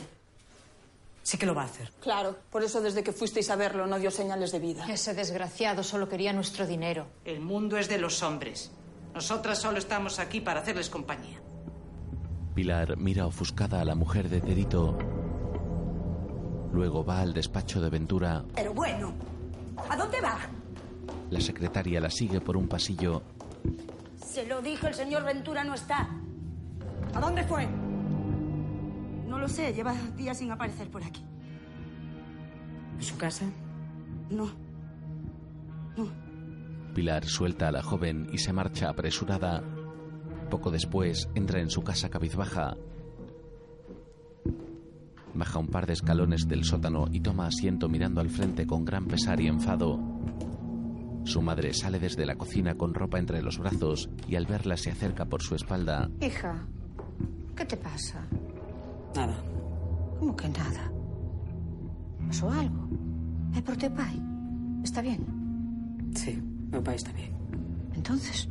Speaker 8: Sí que lo va a hacer.
Speaker 6: Claro, por eso desde que fuisteis a verlo no dio señales de vida. Ese desgraciado solo quería nuestro dinero. El mundo es de los hombres. Nosotras solo estamos aquí para hacerles compañía.
Speaker 1: Pilar mira ofuscada a la mujer de Terito. Luego va al despacho de Ventura.
Speaker 13: Pero bueno, ¿a dónde va?
Speaker 1: La secretaria la sigue por un pasillo.
Speaker 13: Se lo dijo, el señor Ventura no está. ¿A dónde fue? No lo sé, lleva días sin aparecer por aquí.
Speaker 8: ¿En su casa?
Speaker 13: No.
Speaker 1: Pilar suelta a la joven y se marcha apresurada. Poco después entra en su casa cabizbaja. Baja un par de escalones del sótano y toma asiento mirando al frente con gran pesar y enfado. Su madre sale desde la cocina con ropa entre los brazos y al verla se acerca por su espalda.
Speaker 11: Hija, ¿qué te pasa?
Speaker 2: Nada.
Speaker 11: ¿Cómo que nada? ¿Pasó algo? ¿Me porté pai? ¿Está bien?
Speaker 6: Sí, mi papá está bien.
Speaker 11: Entonces,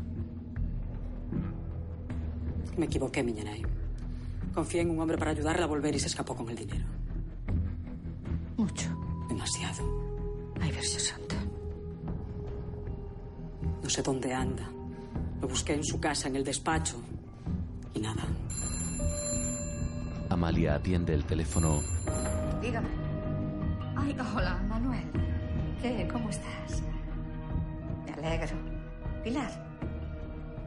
Speaker 6: Me equivoqué, miña nai. Confié en un hombre para ayudarla a volver y se escapó con el dinero.
Speaker 11: Mucho.
Speaker 6: Demasiado.
Speaker 11: ay, verse santa.
Speaker 6: No sé dónde anda. Lo busqué en su casa, en el despacho. Y nada.
Speaker 1: Amalia atiende el teléfono.
Speaker 9: Dígame. Ay, hola, Manuel.
Speaker 16: Eh,
Speaker 9: ¿Qué? ¿Cómo estás? Me alegro. Pilar.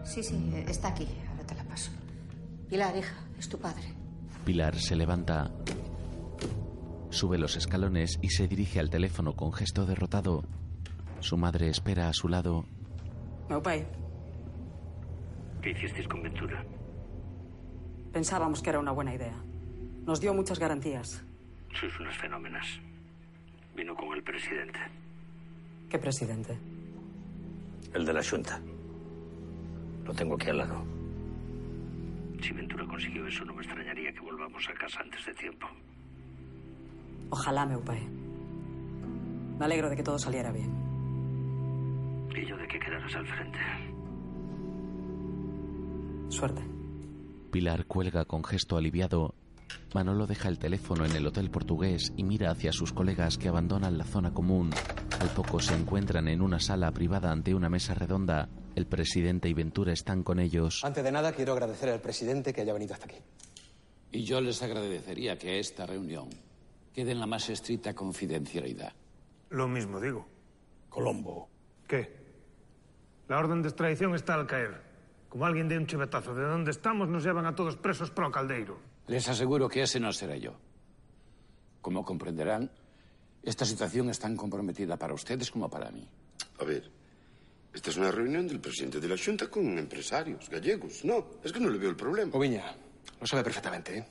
Speaker 9: Sí, sí, está aquí. Ahora te la paso. Pilar, hija, es tu padre.
Speaker 1: Pilar se levanta, sube los escalones y se dirige al teléfono con gesto derrotado. Su madre espera a su lado.
Speaker 8: Meu pai,
Speaker 3: ¿Qué hicisteis con Ventura?
Speaker 8: pensábamos que era una buena idea. Nos dio muchas garantías.
Speaker 3: Sois unas fenómenas. Vino con el presidente.
Speaker 8: ¿Qué presidente?
Speaker 3: El de la Junta. Lo tengo aquí al lado. Si Ventura consiguió eso, no me extrañaría que volvamos a casa antes de tiempo.
Speaker 8: Ojalá, meu pai. Me alegro de que todo saliera bien.
Speaker 3: Y yo de que quedaras al frente.
Speaker 8: Suerte.
Speaker 1: Pilar cuelga con gesto aliviado. Manolo deja el teléfono en el hotel portugués y mira hacia sus colegas que abandonan la zona común. Al poco se encuentran en una sala privada ante una mesa redonda. El presidente y Ventura están con ellos.
Speaker 14: Antes de nada, quiero agradecer al presidente que haya venido hasta aquí.
Speaker 17: Y yo les agradecería que esta reunión quede en la más estricta confidencialidad.
Speaker 23: Lo mismo digo.
Speaker 17: Colombo.
Speaker 23: ¿Qué? La orden de extradición está al caer. Como alguien dé un chivetazo de dónde estamos, nos llevan a todos presos pro Caldeiro.
Speaker 17: Les aseguro que ese no será yo. Como comprenderán, esta situación es tan comprometida para ustedes como para mí.
Speaker 7: A ver, esta es una reunión del presidente de la Junta con empresarios gallegos. No, es que no le veo el problema.
Speaker 14: Oviña, lo sabe perfectamente, ¿eh?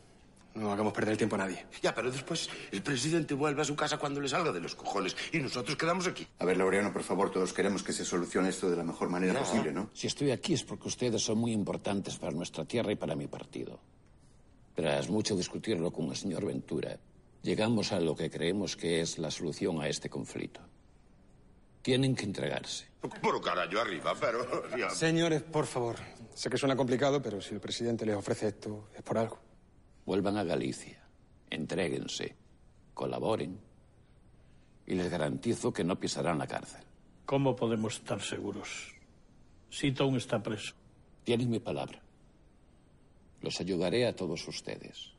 Speaker 14: No hagamos perder el tiempo a nadie.
Speaker 7: Ya, pero después el presidente vuelve a su casa cuando le salga de los cojones y nosotros quedamos aquí.
Speaker 17: A ver, Laureano, por favor, todos queremos que se solucione esto de la mejor manera
Speaker 7: posible, ¿no?
Speaker 17: Si estoy aquí es porque ustedes son muy importantes para nuestra tierra y para mi partido. Tras mucho discutirlo con el señor Ventura, llegamos a lo que creemos que es la solución a este conflicto. Tienen que entregarse.
Speaker 7: Por carallo arriba, pero. ya.
Speaker 14: Señores, por favor. Sé que suena complicado, pero si el presidente les ofrece esto, es por algo.
Speaker 17: Vuelvan a Galicia, entréguense, colaboren y les garantizo que no pisarán la cárcel.
Speaker 5: ¿Cómo podemos estar seguros? Si Tom está preso.
Speaker 17: Tienen mi palabra. Los ayudaré a todos ustedes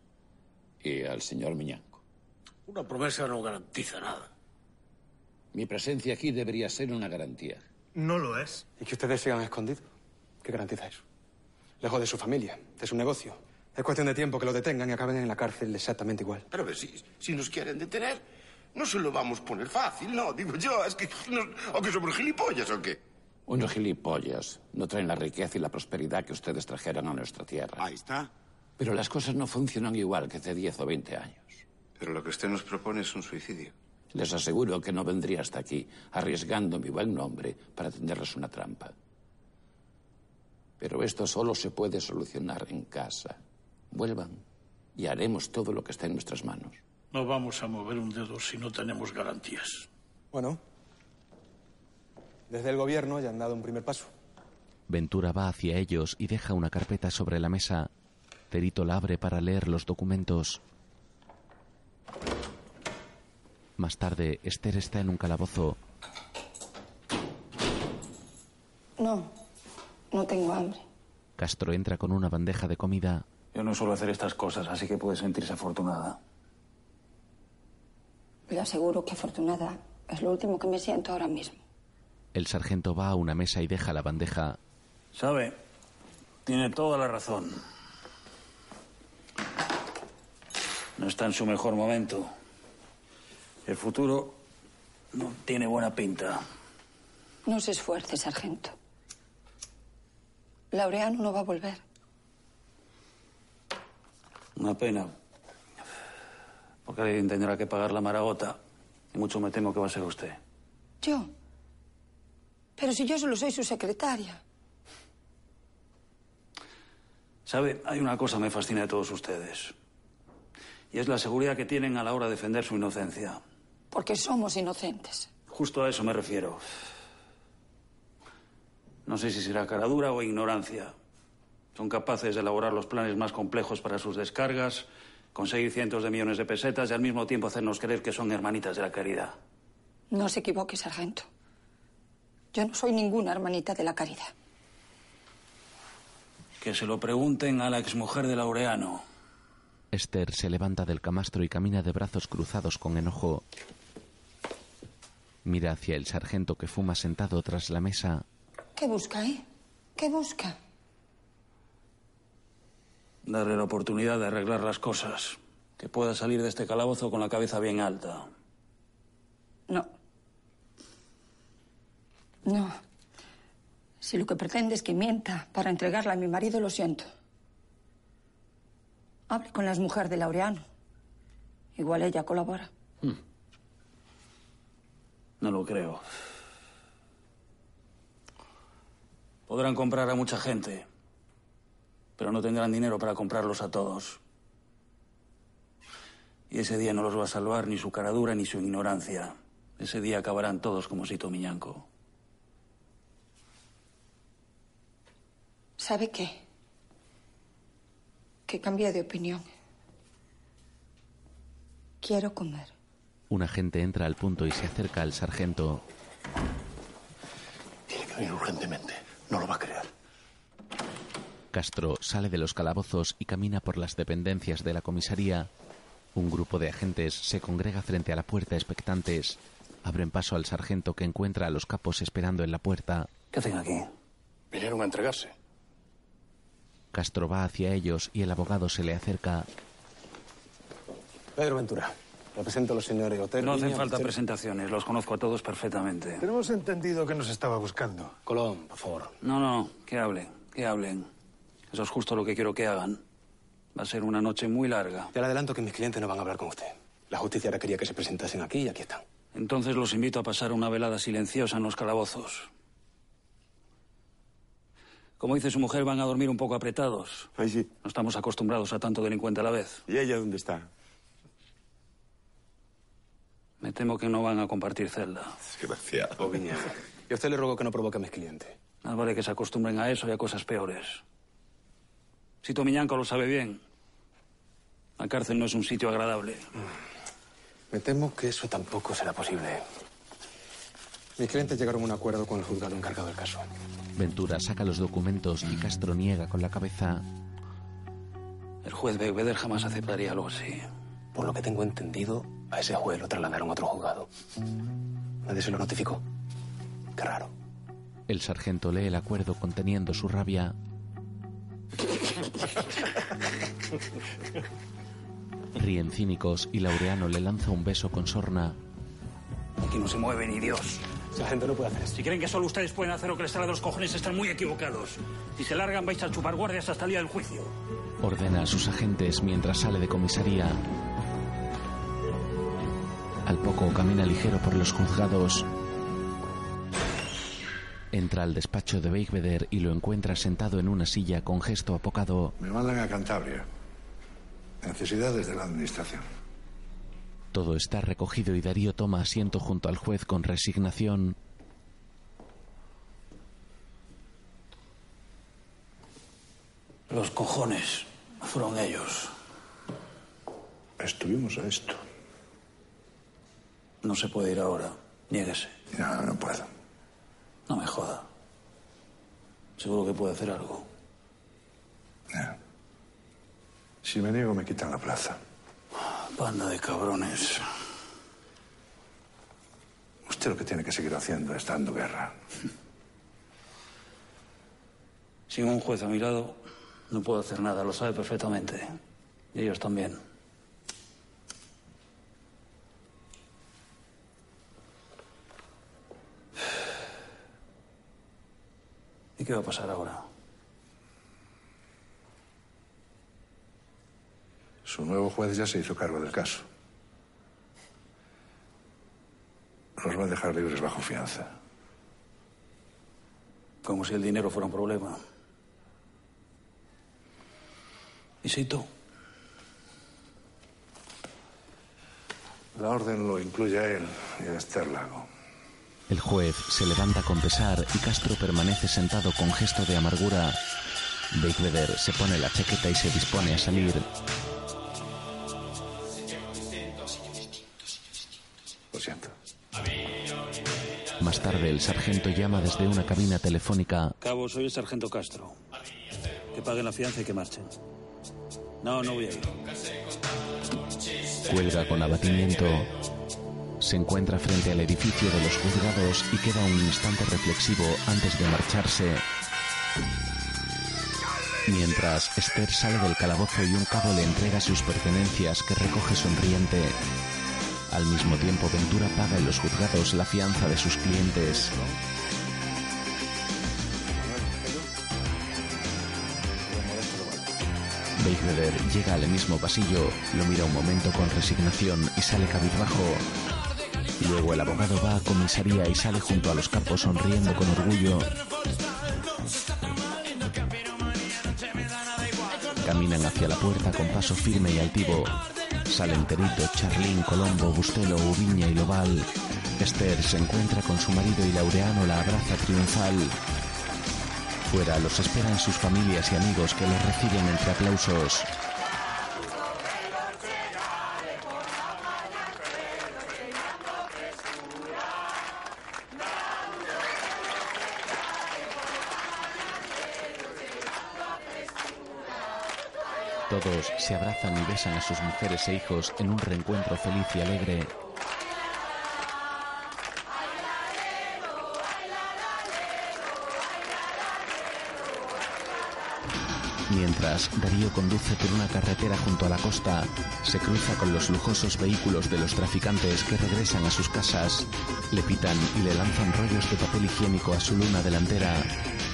Speaker 17: y al señor Miñanco.
Speaker 15: Una promesa no garantiza nada.
Speaker 17: Mi presencia aquí debería ser una garantía.
Speaker 14: No lo es. Y que ustedes sigan escondidos. ¿Qué garantiza eso? Lejos de su familia, de su negocio. Es cuestión de tiempo que lo detengan y acaben en la cárcel exactamente igual.
Speaker 7: Pero a ver, si, si nos quieren detener, no se lo vamos a poner fácil, no, digo yo, es que. nos- ¿O que somos gilipollas o qué?
Speaker 17: Unos gilipollas no traen la riqueza y la prosperidad que ustedes trajeron a nuestra tierra. Ahí está. Pero las cosas no funcionan igual que hace 10 o 20 años. Pero lo que usted nos propone es un suicidio. Les aseguro que no vendría hasta aquí arriesgando mi buen nombre para tenderles una trampa. Pero esto solo se puede solucionar en casa. Vuelvan y haremos todo lo que está en nuestras manos.
Speaker 5: No vamos a mover un dedo si no tenemos garantías.
Speaker 14: Bueno, desde el gobierno ya han dado un primer paso.
Speaker 1: Ventura va hacia ellos y deja una carpeta sobre la mesa. Terito la abre para leer los documentos. Más tarde, Esther está en un calabozo.
Speaker 16: No, no tengo hambre.
Speaker 1: Castro entra con una bandeja de comida.
Speaker 2: Yo no suelo hacer estas cosas, así que puedes sentirse afortunada.
Speaker 11: Le aseguro que afortunada es lo último que me siento ahora mismo.
Speaker 1: El sargento va a una mesa y deja la bandeja.
Speaker 2: Sabe, tiene toda la razón. No está en su mejor momento. El futuro no tiene buena pinta.
Speaker 11: No se esfuerce, sargento. Laureano no va a volver.
Speaker 2: Una pena. Porque alguien tendrá que pagar la maragota. Y mucho me temo que va a ser usted.
Speaker 11: ¿Yo? Pero si yo solo soy su secretaria.
Speaker 2: ¿Sabe? Hay una cosa que me fascina de todos ustedes. Y es la seguridad que tienen a la hora de defender su inocencia.
Speaker 11: Porque somos inocentes.
Speaker 2: Justo a eso me refiero. No sé si será caradura o ignorancia. Son capaces de elaborar los planes más complejos para sus descargas, conseguir cientos de millones de pesetas y al mismo tiempo hacernos creer que son hermanitas de la caridad.
Speaker 11: No se equivoque, sargento. Yo no soy ninguna hermanita de la caridad.
Speaker 2: Que se lo pregunten a la exmujer de Laureano.
Speaker 1: Esther se levanta del camastro y camina de brazos cruzados con enojo. Mira hacia el sargento que fuma sentado tras la mesa.
Speaker 11: ¿Qué busca, eh? ¿Qué busca?
Speaker 2: Darle la oportunidad de arreglar las cosas. Que pueda salir de este calabozo con la cabeza bien alta.
Speaker 11: No. Si lo que pretende es que mienta para entregarla a mi marido, lo siento. Hable con las mujeres de Laureano. Igual ella colabora.
Speaker 2: Hmm. No lo creo. Podrán comprar a mucha gente, pero no tendrán dinero para comprarlos a todos. Y ese día no los va a salvar ni su cara dura ni su ignorancia. Ese día acabarán todos como Sito Miñanco.
Speaker 11: ¿Sabe qué? Que cambia de opinión. Quiero comer.
Speaker 1: Un agente entra al punto y se acerca al sargento.
Speaker 28: Tiene que venir urgentemente. No lo va a creer.
Speaker 1: Castro sale de los calabozos y camina por las dependencias de la comisaría. Un grupo de agentes se congrega frente a la puerta expectantes. Abren paso al sargento que encuentra a los capos esperando en la puerta.
Speaker 2: ¿Qué hacen aquí?
Speaker 28: Vinieron a entregarse.
Speaker 1: Castro va hacia ellos y el abogado se le acerca.
Speaker 4: Pedro Ventura. Represento a los señores Otero.
Speaker 2: No
Speaker 4: Niño,
Speaker 2: hacen falta
Speaker 4: Otero.
Speaker 2: presentaciones, los conozco a todos perfectamente.
Speaker 4: Tenemos entendido que nos estaba buscando. Colón, por favor.
Speaker 2: No, no, que hablen, que hablen. Eso es justo lo que quiero que hagan. Va a ser una noche muy larga.
Speaker 4: Ya le adelanto que mis clientes no van a hablar con usted. La justicia ahora quería que se presentasen aquí y aquí están.
Speaker 2: Entonces los invito a pasar una velada silenciosa en los calabozos. Como dice su mujer, van a dormir un poco apretados. No estamos acostumbrados a tanto delincuente a la vez.
Speaker 29: ¿Y ella dónde está?
Speaker 2: Me temo que no van a compartir celda.
Speaker 4: Desgraciado. Y a usted le ruego que no provoque a mis clientes.
Speaker 2: Más vale que se acostumbren a eso y a cosas peores. Sito Miñanco lo sabe bien. La cárcel no es un sitio agradable.
Speaker 4: Mm. Me temo que eso tampoco será posible. Mis clientes llegaron a un acuerdo con el juzgado encargado del caso.
Speaker 1: Ventura saca los documentos y Castro niega con la cabeza.
Speaker 2: El juez Beigbeder jamás aceptaría algo así.
Speaker 4: Por lo que tengo entendido, a ese juez lo trasladaron a otro juzgado. Nadie se lo notificó. Qué raro.
Speaker 1: El sargento lee el acuerdo conteniendo su rabia. Ríen cínicos y Laureano le lanza un beso con sorna.
Speaker 2: Aquí no se mueve ni Dios.
Speaker 4: La gente no puede hacer
Speaker 2: Si creen que solo ustedes pueden hacer lo que les sale de los cojones, están muy equivocados. Si se largan, vais a chupar guardias hasta el día del juicio.
Speaker 1: Ordena a sus agentes mientras sale de comisaría. Al poco camina ligero por los juzgados. Entra al despacho de Beigbeder y lo encuentra sentado en una silla con gesto apocado.
Speaker 17: Me mandan a Cantabria. Necesidades de la administración.
Speaker 1: Todo está recogido y Darío toma asiento junto al juez con resignación.
Speaker 2: Los cojones fueron ellos.
Speaker 17: Estuvimos a esto.
Speaker 2: No se puede ir ahora. Niéguese.
Speaker 17: No, no puedo.
Speaker 2: No me joda. Seguro que puede hacer algo.
Speaker 17: Si me niego, me quitan la plaza.
Speaker 2: Banda de cabrones.
Speaker 17: Usted lo que tiene que seguir haciendo es dando guerra.
Speaker 2: Sin un juez a mi lado, no puedo hacer nada. Lo sabe perfectamente. Y ellos también. ¿Y qué va a pasar ahora?
Speaker 17: Su nuevo juez ya se hizo cargo del caso. Los va a dejar libres bajo fianza.
Speaker 2: Como si el dinero fuera un problema. ¿Y Sito?
Speaker 17: La orden lo incluye a él y a Esther Lago.
Speaker 1: El juez se levanta con pesar y Castro permanece sentado con gesto de amargura. Beigbeder se pone la chaqueta y se dispone a salir.
Speaker 17: Lo siento.
Speaker 1: Más tarde el sargento llama desde una cabina telefónica.
Speaker 2: Cabo, soy el sargento Castro. Que paguen la fianza y que marchen. No, no voy a ir.
Speaker 1: cuelga con abatimiento. Se encuentra frente al edificio de los juzgados y queda un instante reflexivo antes de marcharse. Mientras, Esther sale del calabozo y un cabo le entrega sus pertenencias que recoge sonriente. Al mismo tiempo, Ventura paga en los juzgados la fianza de sus clientes. Beigbeder llega al mismo pasillo, lo mira un momento con resignación y sale cabizbajo. Luego el abogado va a comisaría y sale junto a los capos sonriendo con orgullo. Caminan hacia la puerta con paso firme y altivo. Salen Terito, Charlín, Colombo, Bustelo, Ubiña y Lobal. Esther se encuentra con su marido y Laureano la abraza triunfal. Fuera los esperan sus familias y amigos que los reciben entre aplausos. Todos se abrazan y besan a sus mujeres e hijos en un reencuentro feliz y alegre. Mientras Darío conduce por una carretera junto a la costa, se cruza con los lujosos vehículos de los traficantes que regresan a sus casas, le pitan y le lanzan rollos de papel higiénico a su luna delantera.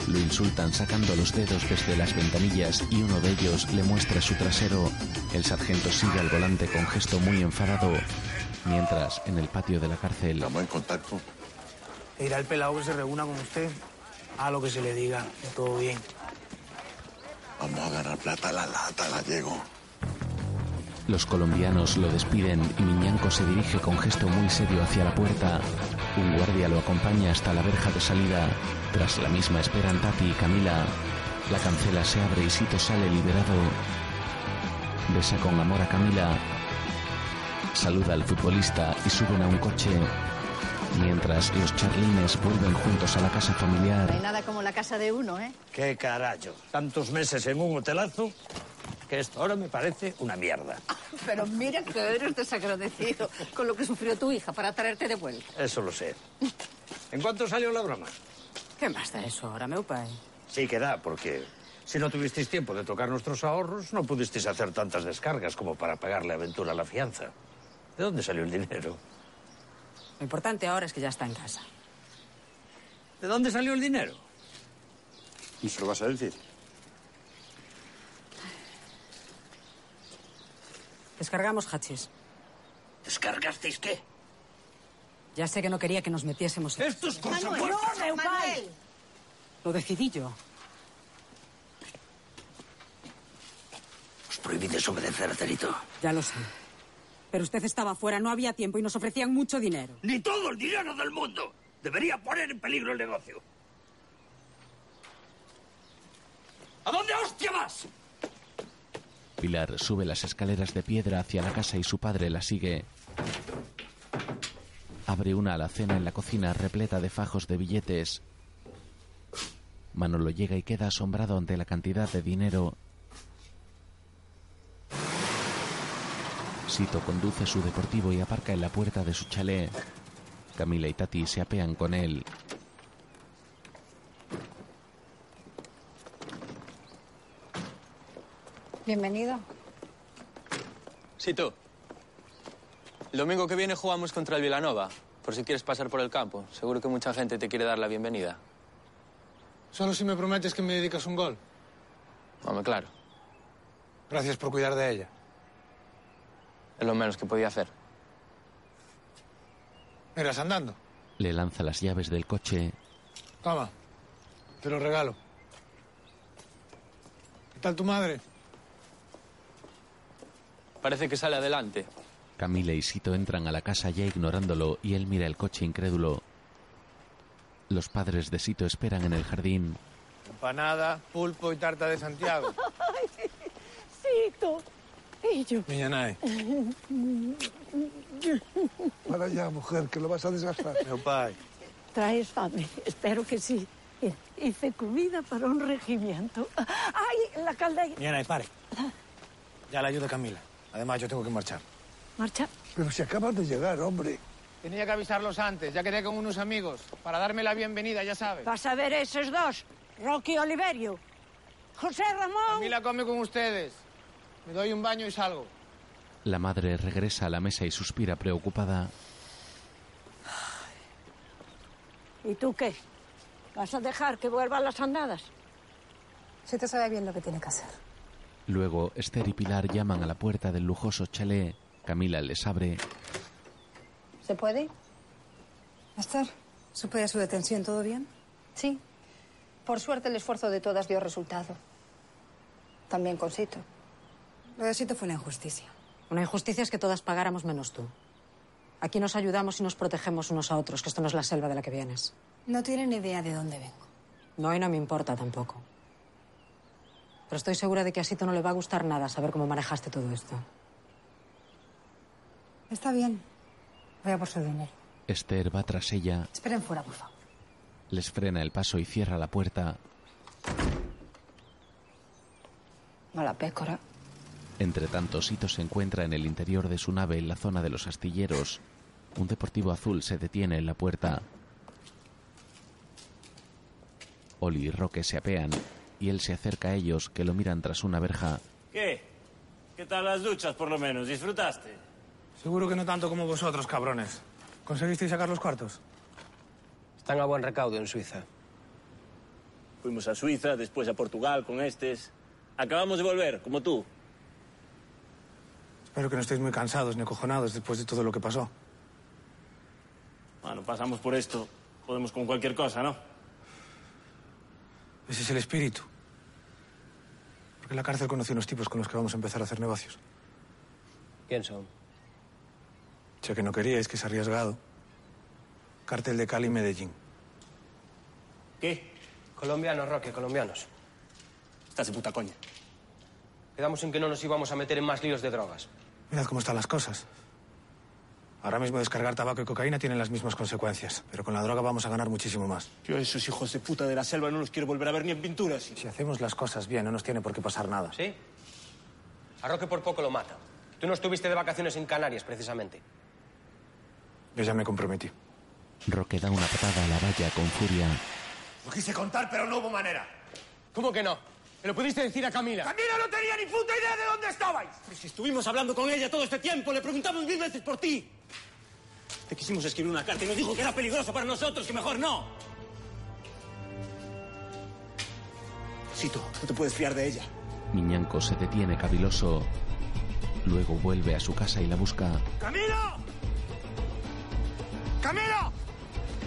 Speaker 1: Lo insultan sacando los dedos desde las ventanillas y uno de ellos le muestra su trasero. El sargento sigue al volante con gesto muy enfadado. Mientras, en el patio de la cárcel... en contacto?
Speaker 30: Le dirá E el pelado que se reúna con usted. A lo que se le diga, que todo bien.
Speaker 7: Vamos a ganar plata, la lata, la llego.
Speaker 1: Los colombianos lo despiden y Miñanco se dirige con gesto muy serio hacia la puerta. Un guardia lo acompaña hasta la verja de salida. Tras la misma esperan Tati y Camila. La cancela se abre y Sito sale liberado. Besa con amor a Camila. Saluda al futbolista y suben a un coche. Mientras los charlines vuelven juntos a la casa familiar.
Speaker 8: No hay nada como la casa de uno, ¿eh?
Speaker 3: Qué carajo. Tantos meses en un hotelazo que esto ahora me parece una mierda.
Speaker 8: Pero mira que eres desagradecido con lo que sufrió tu hija para traerte de vuelta.
Speaker 3: Eso lo sé. ¿En cuánto salió la broma?
Speaker 8: ¿Qué más da eso ahora, meu pai?
Speaker 3: Sí que da, porque si no tuvisteis tiempo de tocar nuestros ahorros, no pudisteis hacer tantas descargas como para pagarle a Ventura la fianza. ¿De dónde salió el dinero?
Speaker 8: Lo importante ahora es que ya está en casa.
Speaker 3: ¿De dónde salió el dinero?
Speaker 7: ¿Y se lo vas a decir?
Speaker 8: Descargamos hachís.
Speaker 3: ¿Descargasteis qué?
Speaker 8: Ya sé que no quería que nos metiésemos en...
Speaker 3: ¡Esto es
Speaker 8: cosa Manuel,
Speaker 3: vuestra.
Speaker 8: no, meu pai. Lo decidí yo.
Speaker 31: Os prohibí desobedecer, Terito.
Speaker 8: Ya lo sé. Pero usted estaba fuera, no había tiempo y nos ofrecían mucho dinero.
Speaker 3: Ni todo el dinero del mundo. Debería poner en peligro el negocio. ¿A dónde hostia vas?
Speaker 1: Pilar sube las escaleras de piedra hacia la casa y su padre la sigue. Abre una alacena en la cocina repleta de fajos de billetes. Manolo llega y queda asombrado ante la cantidad de dinero. Sito conduce su deportivo y aparca en la puerta de su chalet. Camila y Tati se apean con él.
Speaker 16: Bienvenido.
Speaker 32: Sí, tú. El domingo que viene jugamos contra el Vilanova. Por si quieres pasar por el campo. Seguro que mucha gente te quiere dar la bienvenida.
Speaker 4: Solo si me prometes que me dedicas un gol.
Speaker 32: Hombre, claro.
Speaker 4: Gracias por cuidar de ella.
Speaker 32: Es lo menos que podía hacer.
Speaker 4: Miras andando.
Speaker 1: Le lanza las llaves del coche.
Speaker 4: Toma. Te lo regalo. ¿Qué tal tu madre?
Speaker 32: Parece que sale adelante.
Speaker 1: Camila y Sito entran a la casa ya ignorándolo y él mira el coche incrédulo. Los padres de Sito esperan en el jardín.
Speaker 4: Empanada, pulpo y tarta de Santiago.
Speaker 22: Sito. Y yo.
Speaker 4: Miña nai.
Speaker 7: Para allá, mujer, que lo vas a desgastar.
Speaker 4: Meu pai.
Speaker 22: Traes fame. Espero que sí. Mira, Hice comida para un regimiento. ¡Ay, la caldeira! Ah.
Speaker 4: Miña nai, pare. Ya la ayuda Camila. Además, yo tengo que marchar.
Speaker 33: Marcha.
Speaker 34: Pero si acabas de llegar, hombre.
Speaker 35: Tenía que avisarlos antes, ya quedé con unos amigos, para darme la bienvenida, ya sabes.
Speaker 33: Vas a ver esos dos, Rocky Oliverio. José Ramón.
Speaker 35: Camila come con ustedes. Me doy un baño y salgo.
Speaker 1: La madre regresa a la mesa y suspira preocupada.
Speaker 33: ¿Y tú qué? ¿Vas a dejar que vuelvan las andadas?
Speaker 11: Si te sabe bien lo que tiene que hacer.
Speaker 1: Luego, Esther y Pilar llaman a la puerta del lujoso chalet. Camila les abre.
Speaker 16: ¿Se puede?
Speaker 11: Esther, supe de su detención, ¿todo bien?
Speaker 16: Sí. Por suerte el esfuerzo de todas dio resultado. También con Sito.
Speaker 11: Lo de Sito fue una injusticia.
Speaker 8: Una injusticia es que todas pagáramos menos tú. Aquí nos ayudamos y nos protegemos unos a otros, que esto no es la selva de la que vienes.
Speaker 11: No tienen ni idea de dónde vengo.
Speaker 8: No, y no me importa tampoco. Pero estoy segura de que a Sito no le va a gustar nada saber cómo manejaste todo esto.
Speaker 11: Está bien. Voy a por su dinero.
Speaker 1: Esther va tras ella,
Speaker 11: Esperen fuera, por favor.
Speaker 1: les frena el paso y cierra la puerta.
Speaker 16: Mala pécora.
Speaker 1: Entre tanto, Sito se encuentra en el interior de su nave en la zona de los astilleros. Un deportivo azul se detiene en la puerta. Oli y Roque se apean y él se acerca a ellos que lo miran tras una verja.
Speaker 2: ¿Qué? ¿Qué tal las duchas, por lo menos? ¿Disfrutaste?
Speaker 4: Seguro que no tanto como vosotros, cabrones. ¿Conseguisteis sacar los cuartos?
Speaker 6: Están a buen recaudo en Suiza.
Speaker 2: Fuimos a Suiza, después a Portugal con estes. Acabamos de volver, como tú.
Speaker 4: Espero que no estéis muy cansados ni acojonados después de todo lo que pasó.
Speaker 2: Bueno, pasamos por esto. Podemos con cualquier cosa, ¿no?
Speaker 4: Ese es el espíritu. Porque en la cárcel conocí unos tipos con los que vamos a empezar a hacer negocios.
Speaker 6: ¿Quién son?
Speaker 4: Sé que no queríais, que es arriesgado. Cártel de Cali y Medellín.
Speaker 6: ¿Qué? Colombianos, Roque, colombianos.
Speaker 2: Estás de puta coña.
Speaker 6: Quedamos en que no nos íbamos a meter en más líos de drogas.
Speaker 4: Mirad cómo están las cosas. Ahora mismo descargar tabaco y cocaína tienen las mismas consecuencias, pero con la droga vamos a ganar muchísimo más.
Speaker 2: Yo a esos hijos de puta de la selva no los quiero volver a ver ni en pinturas.
Speaker 4: Si hacemos las cosas bien, no nos tiene por qué pasar nada.
Speaker 6: ¿Sí? A Roque por poco lo mata. Tú no estuviste de vacaciones en Canarias, precisamente.
Speaker 4: Yo ya me comprometí.
Speaker 1: Roque da una patada a la valla con furia.
Speaker 6: Lo quise contar, pero no hubo manera. ¿Cómo que no? Me lo pudiste decir a Camila.
Speaker 2: Camila no tenía ni puta idea de dónde estabais. Pero si estuvimos hablando con ella todo este tiempo, le preguntamos mil veces por ti. Te quisimos escribir una carta y nos dijo que era peligroso para nosotros, que mejor no. Sito, no te puedes fiar de ella.
Speaker 1: Miñanco se detiene caviloso. Luego vuelve a su casa y la busca.
Speaker 2: ¡Camila! ¡Camila!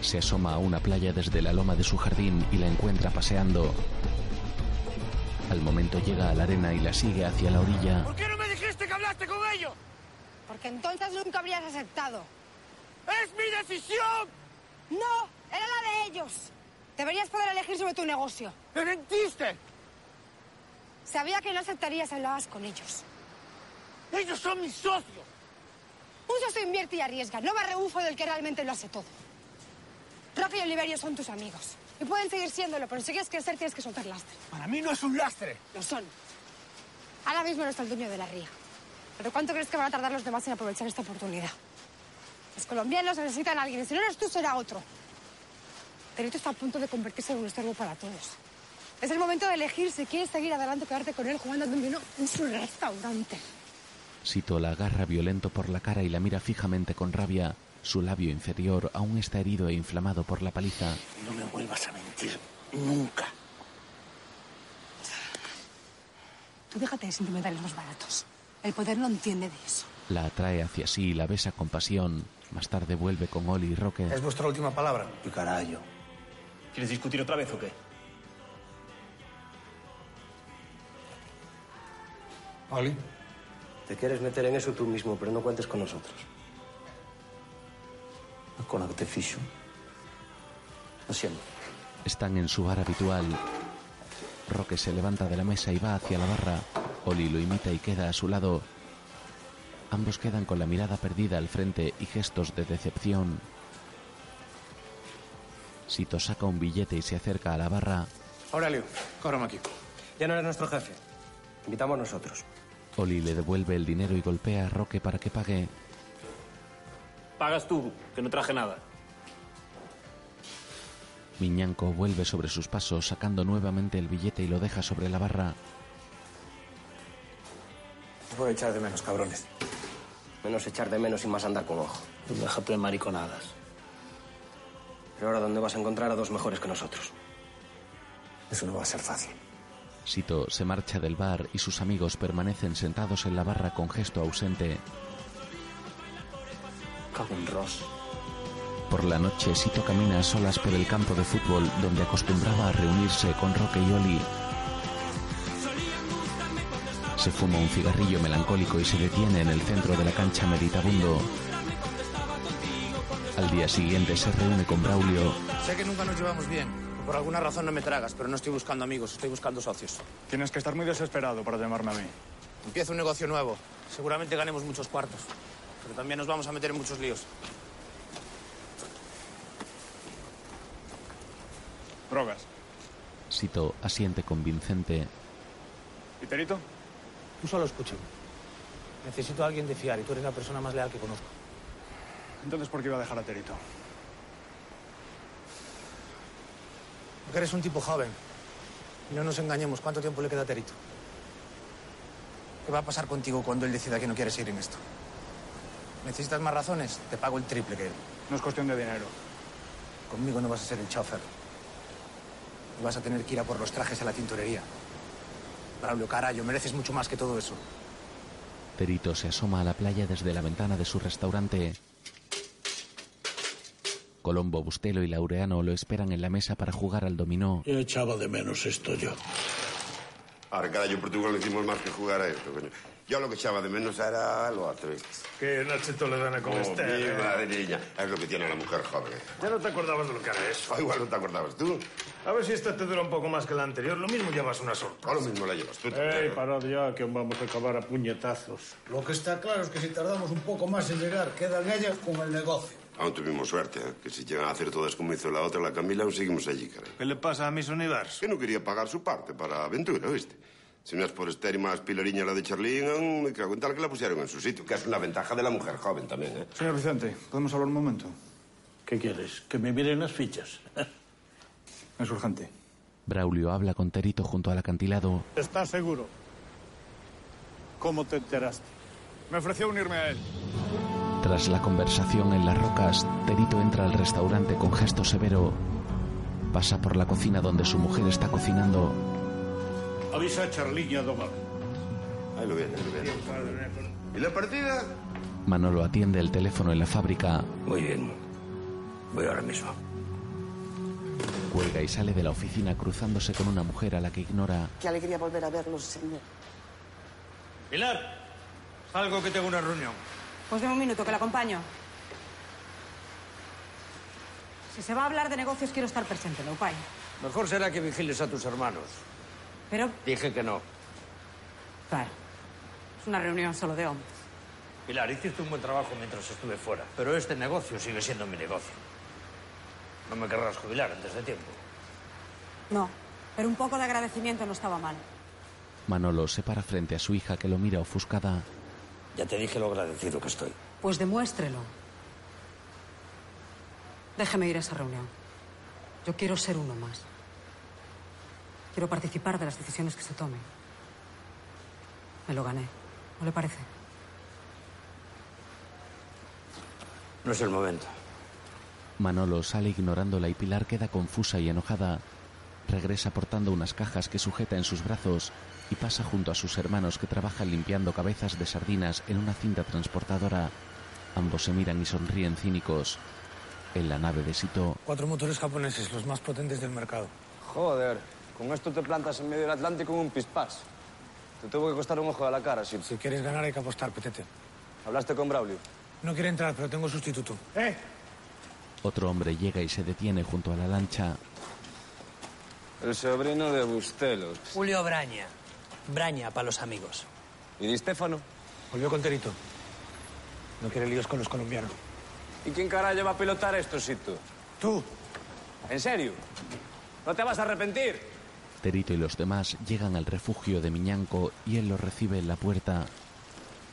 Speaker 1: Se asoma a una playa desde la loma de su jardín y la encuentra paseando. Al momento llega a la arena y la sigue hacia la orilla.
Speaker 2: qué no me dijiste que hablaste con ellos?
Speaker 16: Porque entonces nunca habrías aceptado.
Speaker 2: ¡Es mi decisión!
Speaker 16: No, era la de ellos. Deberías poder elegir sobre tu negocio.
Speaker 2: ¡Me mentiste!
Speaker 16: Sabía que no aceptarías hablabas con ellos.
Speaker 2: ¡Ellos son mis socios!
Speaker 16: Un socio invierte y arriesga, no va rebufo del que realmente lo hace todo. Roque y Oliverio son tus amigos. Y pueden seguir siéndolo, pero si quieres crecer tienes que soltar lastre.
Speaker 2: Para mí no es un lastre.
Speaker 16: Lo son. Ahora mismo no está el dueño de la ría. Pero ¿cuánto crees que van a tardar los demás en aprovechar esta oportunidad? Los colombianos necesitan a alguien. y Si no eres tú, será otro. Perito está a punto de convertirse en un estorbo para todos. Es el momento de elegir si quieres seguir adelante o quedarte con él jugando a dominó en su restaurante.
Speaker 1: Sito la agarra violento por la cara y la mira fijamente con rabia. Su labio inferior aún está herido e inflamado por la paliza.
Speaker 2: No me vuelvas a mentir nunca.
Speaker 11: Tú déjate de sentimentales más baratos. El poder no entiende de eso.
Speaker 1: La atrae hacia sí y la besa con pasión. Más tarde vuelve con Oli y
Speaker 6: Mm.
Speaker 1: Roque.
Speaker 4: Es vuestra última palabra.
Speaker 2: Y carajo. ¿Quieres discutir otra vez o qué?
Speaker 34: Oli.
Speaker 6: Te quieres meter en eso tú mismo, pero no cuentes con nosotros.
Speaker 2: Con la que te ficho. Lo siento.
Speaker 1: Están en su bar habitual. Roque se levanta de la mesa y va hacia la barra. Oli lo imita y queda a su lado. Ambos quedan con la mirada perdida al frente y gestos de decepción. Sito saca un billete y se acerca a la barra.
Speaker 6: Aurelio, cóbrame aquí. Ya no eres nuestro jefe. Invitamos nosotros.
Speaker 1: Oli le devuelve el dinero y golpea a Roque para que pague.
Speaker 2: Pagas tú, que no traje nada.
Speaker 1: Miñanco vuelve sobre sus pasos sacando nuevamente el billete y lo deja sobre la barra.
Speaker 6: Os voy a echar de menos, cabrones.
Speaker 3: Menos echar de menos y más andar con ojo.
Speaker 6: Pues Déjate de mariconadas.
Speaker 3: Pero ahora, ¿dónde vas a encontrar a dos mejores que nosotros?
Speaker 6: Eso no va a ser fácil.
Speaker 1: Sito se marcha del bar y sus amigos permanecen sentados en la barra con gesto ausente.
Speaker 6: Cago en Ross.
Speaker 1: Por la noche, Sito camina a solas por el campo de fútbol donde acostumbraba a reunirse con Roque y Oli. Se fuma un cigarrillo melancólico y se detiene en el centro de la cancha meditabundo. Al día siguiente se reúne con Braulio.
Speaker 24: Sé que nunca nos llevamos bien. Por alguna razón no me tragas, pero no estoy buscando amigos, estoy buscando socios.
Speaker 19: Tienes que estar muy desesperado para llamarme a mí.
Speaker 24: Empieza un negocio nuevo. Seguramente ganemos muchos cuartos. Pero también nos vamos a meter en muchos líos.
Speaker 19: Drogas.
Speaker 1: Sito asiente convincente.
Speaker 19: ¿Y Terito?
Speaker 4: Tú solo escucho. Necesito a alguien de fiar y tú eres la persona más leal que conozco.
Speaker 19: Entonces, ¿por qué iba a dejar a Terito?
Speaker 4: Porque eres un tipo joven. Y no nos engañemos, ¿cuánto tiempo le queda a Terito? ¿Qué va a pasar contigo cuando él decida que no quieres ir en esto? ¿Necesitas más razones? Te pago el triple que él.
Speaker 19: No es cuestión de dinero.
Speaker 4: Conmigo no vas a ser el chofer. Y vas a tener que ir a por los trajes a la tintorería. Pablo, carayo, mereces mucho más que todo eso.
Speaker 1: Terito se asoma a la playa desde la ventana de su restaurante. Colombo, Bustelo y Laureano lo esperan en la mesa para jugar al dominó.
Speaker 5: Ya echaba de menos esto yo.
Speaker 7: Ahora, cada yo en Portugal le hicimos más que jugar a esto, coño. Yo lo que echaba de menos era lo otro. ¿eh?
Speaker 5: Que Nachito le dan a
Speaker 7: Oh,
Speaker 4: este,
Speaker 5: contestar.
Speaker 7: mi
Speaker 4: eh.
Speaker 7: madre niña. Es lo que tiene la mujer joven.
Speaker 5: Ya no te acordabas de lo que era eso.
Speaker 7: O igual no te acordabas tú.
Speaker 5: A ver si esta te dura un poco más que la anterior. Lo mismo llevas una sorpresa.
Speaker 7: O lo mismo la llevas tú.
Speaker 5: Ey, parad ya, que vamos a acabar a puñetazos.
Speaker 23: Lo que está claro es que si tardamos un poco más en llegar, quedan ellas con el negocio.
Speaker 7: Aún tuvimos suerte, ¿eh? que si llegan a hacer todas como hizo la otra, la Camila, aún seguimos allí, caray.
Speaker 5: ¿Qué le pasa a mis Univers?
Speaker 7: Que no quería pagar su parte para aventura, ¿viste? Si no es por Esther y más pilariña la de Charlín, aún me cago en tal que la pusieron en su sitio, que es una ventaja de la mujer joven también, ¿eh?
Speaker 19: Señor Vicente, ¿podemos hablar un momento?
Speaker 5: ¿Qué quieres? ¿Que me miren las fichas?
Speaker 19: Es urgente.
Speaker 1: Braulio habla con Terito junto al acantilado.
Speaker 19: ¿Estás seguro? ¿Cómo te enteraste? Me ofreció unirme a él.
Speaker 1: Tras la conversación en las rocas, Terito entra al restaurante con gesto severo. Pasa por la cocina donde su mujer está cocinando.
Speaker 5: Avisa a Charliña Domar.
Speaker 7: Ahí lo viene, ahí lo viene. ¿Y la partida?
Speaker 1: Manolo atiende el teléfono en la fábrica.
Speaker 3: Muy bien. Voy ahora mismo.
Speaker 1: Cuelga y sale de la oficina cruzándose con una mujer a la que ignora.
Speaker 15: Qué alegría volver a
Speaker 8: Oh,
Speaker 15: verlos, señor.
Speaker 19: Pilar, salgo que tengo una reunión.
Speaker 8: Pues deme un minuto, que la acompaño. Si se va a hablar de negocios, quiero estar presente, Laupay.
Speaker 20: Mejor será que vigiles a tus hermanos.
Speaker 8: Pero
Speaker 20: Dije que no.
Speaker 8: es una reunión solo de hombres.
Speaker 10: Pilar, hiciste un buen trabajo mientras estuve fuera, pero este negocio sigue siendo mi negocio. No me querrás jubilar antes de tiempo.
Speaker 8: No, pero un poco de agradecimiento no estaba mal.
Speaker 1: Manolo se para frente a su hija que lo mira ofuscada.
Speaker 10: Ya te dije lo agradecido que estoy.
Speaker 8: Pues demuéstrelo. Déjeme ir a esa reunión. Yo quiero ser uno más. Quiero participar de las decisiones que se tomen. Me lo gané. ¿No le parece?
Speaker 20: No es el momento.
Speaker 1: Manolo sale ignorándola y Pilar queda confusa y enojada. Regresa portando unas cajas que sujeta en sus brazos y pasa junto a sus hermanos que trabajan limpiando cabezas de sardinas en una cinta transportadora. Ambos se miran y sonríen cínicos. En la nave de Sito,
Speaker 4: Cuatro motores japoneses, los más potentes del mercado.
Speaker 10: Joder, con esto te plantas en medio del Atlántico en un pispás. Te tuvo que costar un ojo de la cara, si...
Speaker 4: Si quieres ganar hay que apostar, petete.
Speaker 10: ¿Hablaste con Braulio?
Speaker 4: No quiere entrar, pero tengo sustituto. ¡Eh!
Speaker 1: otro hombre llega y se detiene junto a la lancha.
Speaker 10: El sobrino de Bustelos.
Speaker 13: Julio Braña. Braña para los amigos.
Speaker 10: ¿Y Di Stefano?
Speaker 4: Volvió con Terito. No quiere líos con los colombianos.
Speaker 10: ¿Y quién carajo va a pilotar esto, Sito?
Speaker 4: Tú.
Speaker 10: ¿En serio? ¿No te vas a arrepentir?
Speaker 1: Asterito y los demás llegan al refugio de Miñanco y él los recibe en la puerta.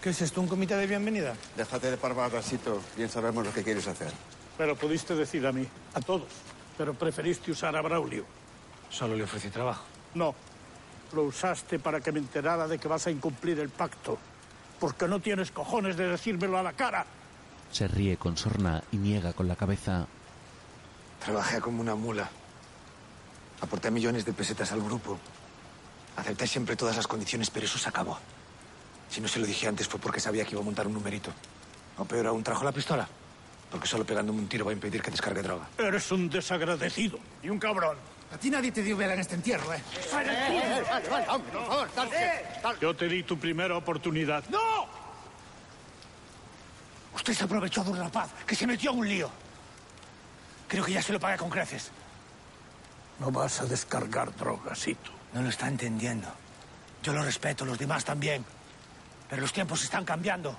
Speaker 36: ¿Qué es esto? ¿Un comité de bienvenida?
Speaker 6: Déjate de parvadasito. Bien sabemos lo que quieres hacer.
Speaker 5: Pero pudiste decir a mí, a todos, pero preferiste usar a Braulio.
Speaker 37: Solo le ofrecí trabajo.
Speaker 5: No, lo usaste para que me enterara de que vas a incumplir el pacto. Porque no tienes cojones de decírmelo a la cara.
Speaker 1: Se ríe con sorna y niega con la cabeza.
Speaker 6: Trabajé como una mula. Aporté millones de pesetas al grupo. Acepté siempre todas las condiciones, pero eso se acabó. Si no se lo dije antes fue porque sabía que iba a montar un numerito. O peor aún, trajo la pistola. Porque solo pegándome un tiro va a impedir que descargue droga.
Speaker 5: Eres un desagradecido y un cabrón.
Speaker 38: A ti nadie te dio vela en este entierro, ¿eh?
Speaker 5: Yo te di tu primera oportunidad.
Speaker 38: ¡No! Usted se aprovechó de un rapaz que se metió a un lío. Creo que ya se lo paga con creces.
Speaker 5: No vas a descargar drogasito.
Speaker 38: No lo está entendiendo. Yo lo respeto, los demás también. Pero los tiempos están cambiando.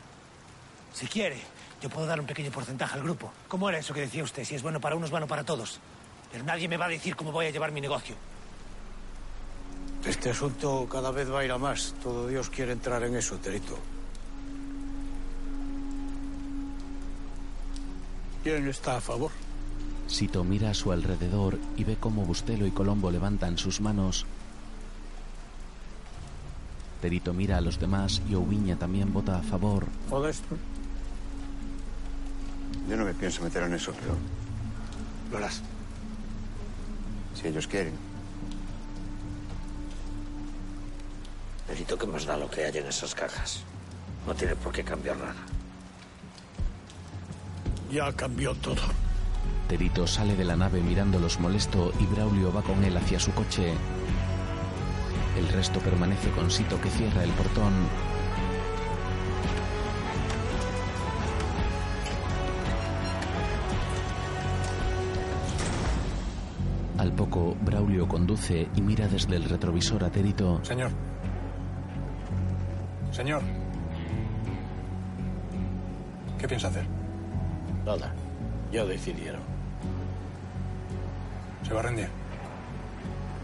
Speaker 38: Si quiere, yo puedo dar un pequeño porcentaje al grupo. ¿Cómo era eso que decía usted? Si es bueno para unos, bueno para todos. Pero nadie me va a decir cómo voy a llevar mi negocio.
Speaker 39: Este asunto cada vez va a ir a más. Todo Dios quiere entrar en eso, Terito.
Speaker 5: ¿Quién está a favor?
Speaker 1: Sito mira a su alrededor y ve cómo Bustelo y Colombo levantan sus manos. Terito mira a los demás y Oubiña también vota a favor.
Speaker 5: Modesto.
Speaker 6: Yo no me pienso meter en eso, pero. Lo harás. Si ellos quieren.
Speaker 3: Perito, ¿qué más da lo que hay en esas cajas? No tiene por qué cambiar nada.
Speaker 5: Ya cambió todo.
Speaker 1: Terito sale de la nave mirándolos molesto y Braulio va con él hacia su coche. El resto permanece con Sito que cierra el portón. Al poco, Braulio conduce y mira desde el retrovisor a Terito.
Speaker 40: Señor. Señor. ¿Qué piensa hacer?
Speaker 4: Nada. Ya decidieron.
Speaker 40: Se va a rendir.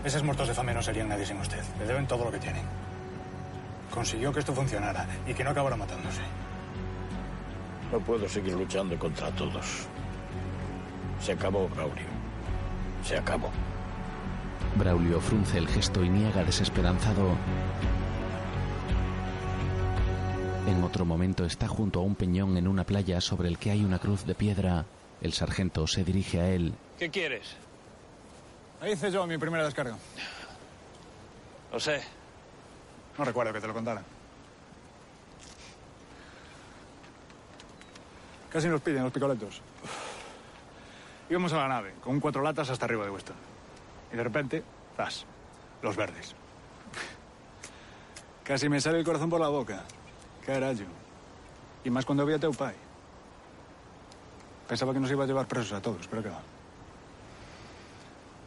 Speaker 4: Esos muertos de fame no serían nadie sin usted. Le deben todo lo que tienen. Consiguió que esto funcionara y que no acabara matándose. No puedo seguir luchando contra todos. Se acabó, Braulio. Se acabó.
Speaker 1: Braulio frunce el gesto y niega desesperanzado. En otro momento está junto a un peñón en una playa sobre el que hay una cruz de piedra. El sargento se dirige a él.
Speaker 2: ¿Qué quieres?
Speaker 4: Ahí hice yo mi primera descarga.
Speaker 2: Lo sé.
Speaker 4: No recuerdo que te lo contara. Casi nos piden los picoletos. Íbamos a la nave, con cuatro latas hasta arriba de Weston. Y de repente, ¡zas! Los verdes. Casi me sale el corazón por la boca. Carajo. Y más cuando vi a Teupai. Pensaba que nos iba a llevar presos a todos, pero qué va.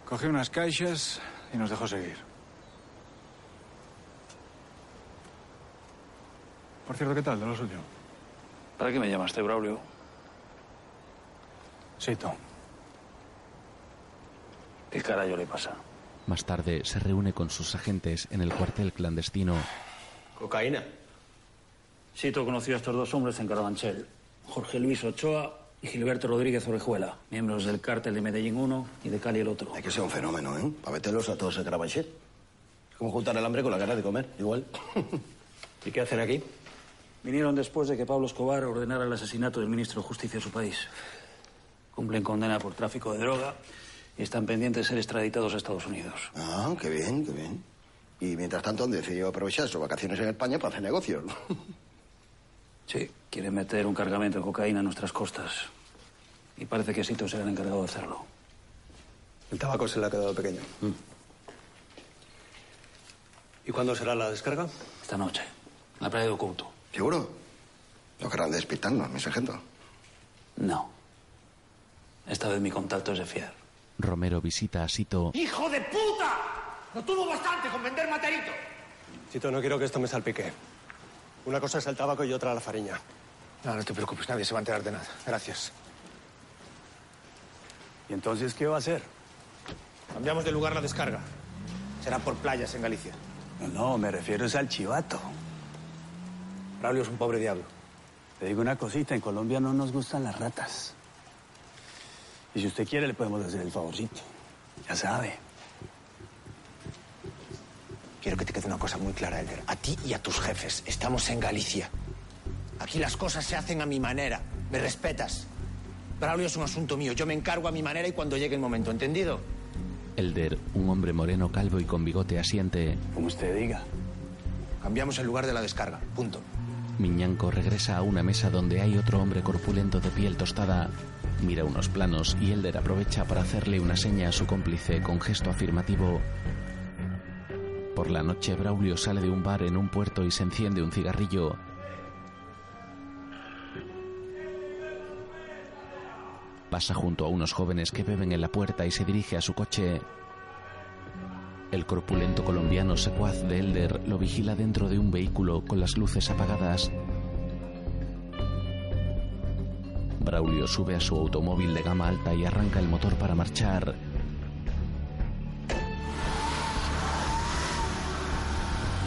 Speaker 4: Cogió unas caixas y nos dejó seguir. Por cierto, ¿qué tal de lo suyo?
Speaker 2: ¿Para qué me llamaste, Braulio?
Speaker 4: Sito.
Speaker 2: ¿Qué carajo le pasa?
Speaker 1: Más tarde se reúne con sus agentes en el cuartel clandestino.
Speaker 2: Cocaína. Sito conoció a estos dos hombres en Carabanchel. Jorge Luis Ochoa y Gilberto Rodríguez Orejuela, miembros del cártel de Medellín uno y de Cali el otro.
Speaker 4: Hay que ser un fenómeno, ¿eh? Para meterlos a todos a Carabanchel. Es como juntar el hambre con la gana de comer, igual. ¿Y qué hacen aquí?
Speaker 2: Vinieron después de que Pablo Escobar ordenara el asesinato del ministro de Justicia de su país. Cumplen condena por tráfico de droga y están pendientes de ser extraditados a Estados Unidos.
Speaker 4: Ah, qué bien, qué bien. Y mientras tanto han decidido aprovechar sus vacaciones en España para hacer negocios.
Speaker 2: Sí, quiere meter un cargamento de cocaína a nuestras costas. Y parece que Sito será el encargado de hacerlo.
Speaker 4: El tabaco se le ha quedado pequeño.
Speaker 2: Mm.
Speaker 4: ¿Y cuándo será la descarga?
Speaker 2: Esta noche. En la playa de Oculto.
Speaker 4: ¿Seguro? No querrán despistarnos, mi sargento.
Speaker 2: No. Esta vez mi contacto es de fiar.
Speaker 1: Romero visita a Sito.
Speaker 38: ¡Hijo de puta! No tuvo bastante con vender materito.
Speaker 4: Sito, no quiero que esto me salpique.
Speaker 41: Una cosa es el tabaco y otra la fariña.
Speaker 4: No, no te preocupes, nadie se va a enterar de nada. Gracias.
Speaker 41: ¿Y entonces qué va a hacer?
Speaker 42: Cambiamos de lugar la descarga.
Speaker 4: Será por playas en Galicia.
Speaker 11: No, no, me refiero es al chivato.
Speaker 4: Braulio es un pobre diablo.
Speaker 11: Te digo una cosita, en Colombia no nos gustan las ratas. Y si usted quiere le podemos hacer el favorcito. Ya sabe.
Speaker 12: Quiero que te quede una cosa muy clara, Elder. A ti y a tus jefes. Estamos en Galicia. Aquí las cosas se hacen a mi manera. Me respetas. Braulio es un asunto mío. Yo me encargo a mi manera y cuando llegue el momento, ¿entendido?
Speaker 1: Elder, un hombre moreno calvo y con bigote asiente.
Speaker 11: Como usted diga.
Speaker 12: Cambiamos el lugar de la descarga. Punto.
Speaker 1: Miñanco regresa a una mesa donde hay otro hombre corpulento de piel tostada. Mira unos planos y Elder aprovecha para hacerle una seña a su cómplice con gesto afirmativo. Por la noche, Braulio sale de un bar en un puerto y se enciende un cigarrillo. Pasa junto a unos jóvenes que beben en la puerta y se dirige a su coche. El corpulento colombiano secuaz de Elder lo vigila dentro de un vehículo con las luces apagadas. Braulio sube a su automóvil de gama alta y arranca el motor para marchar.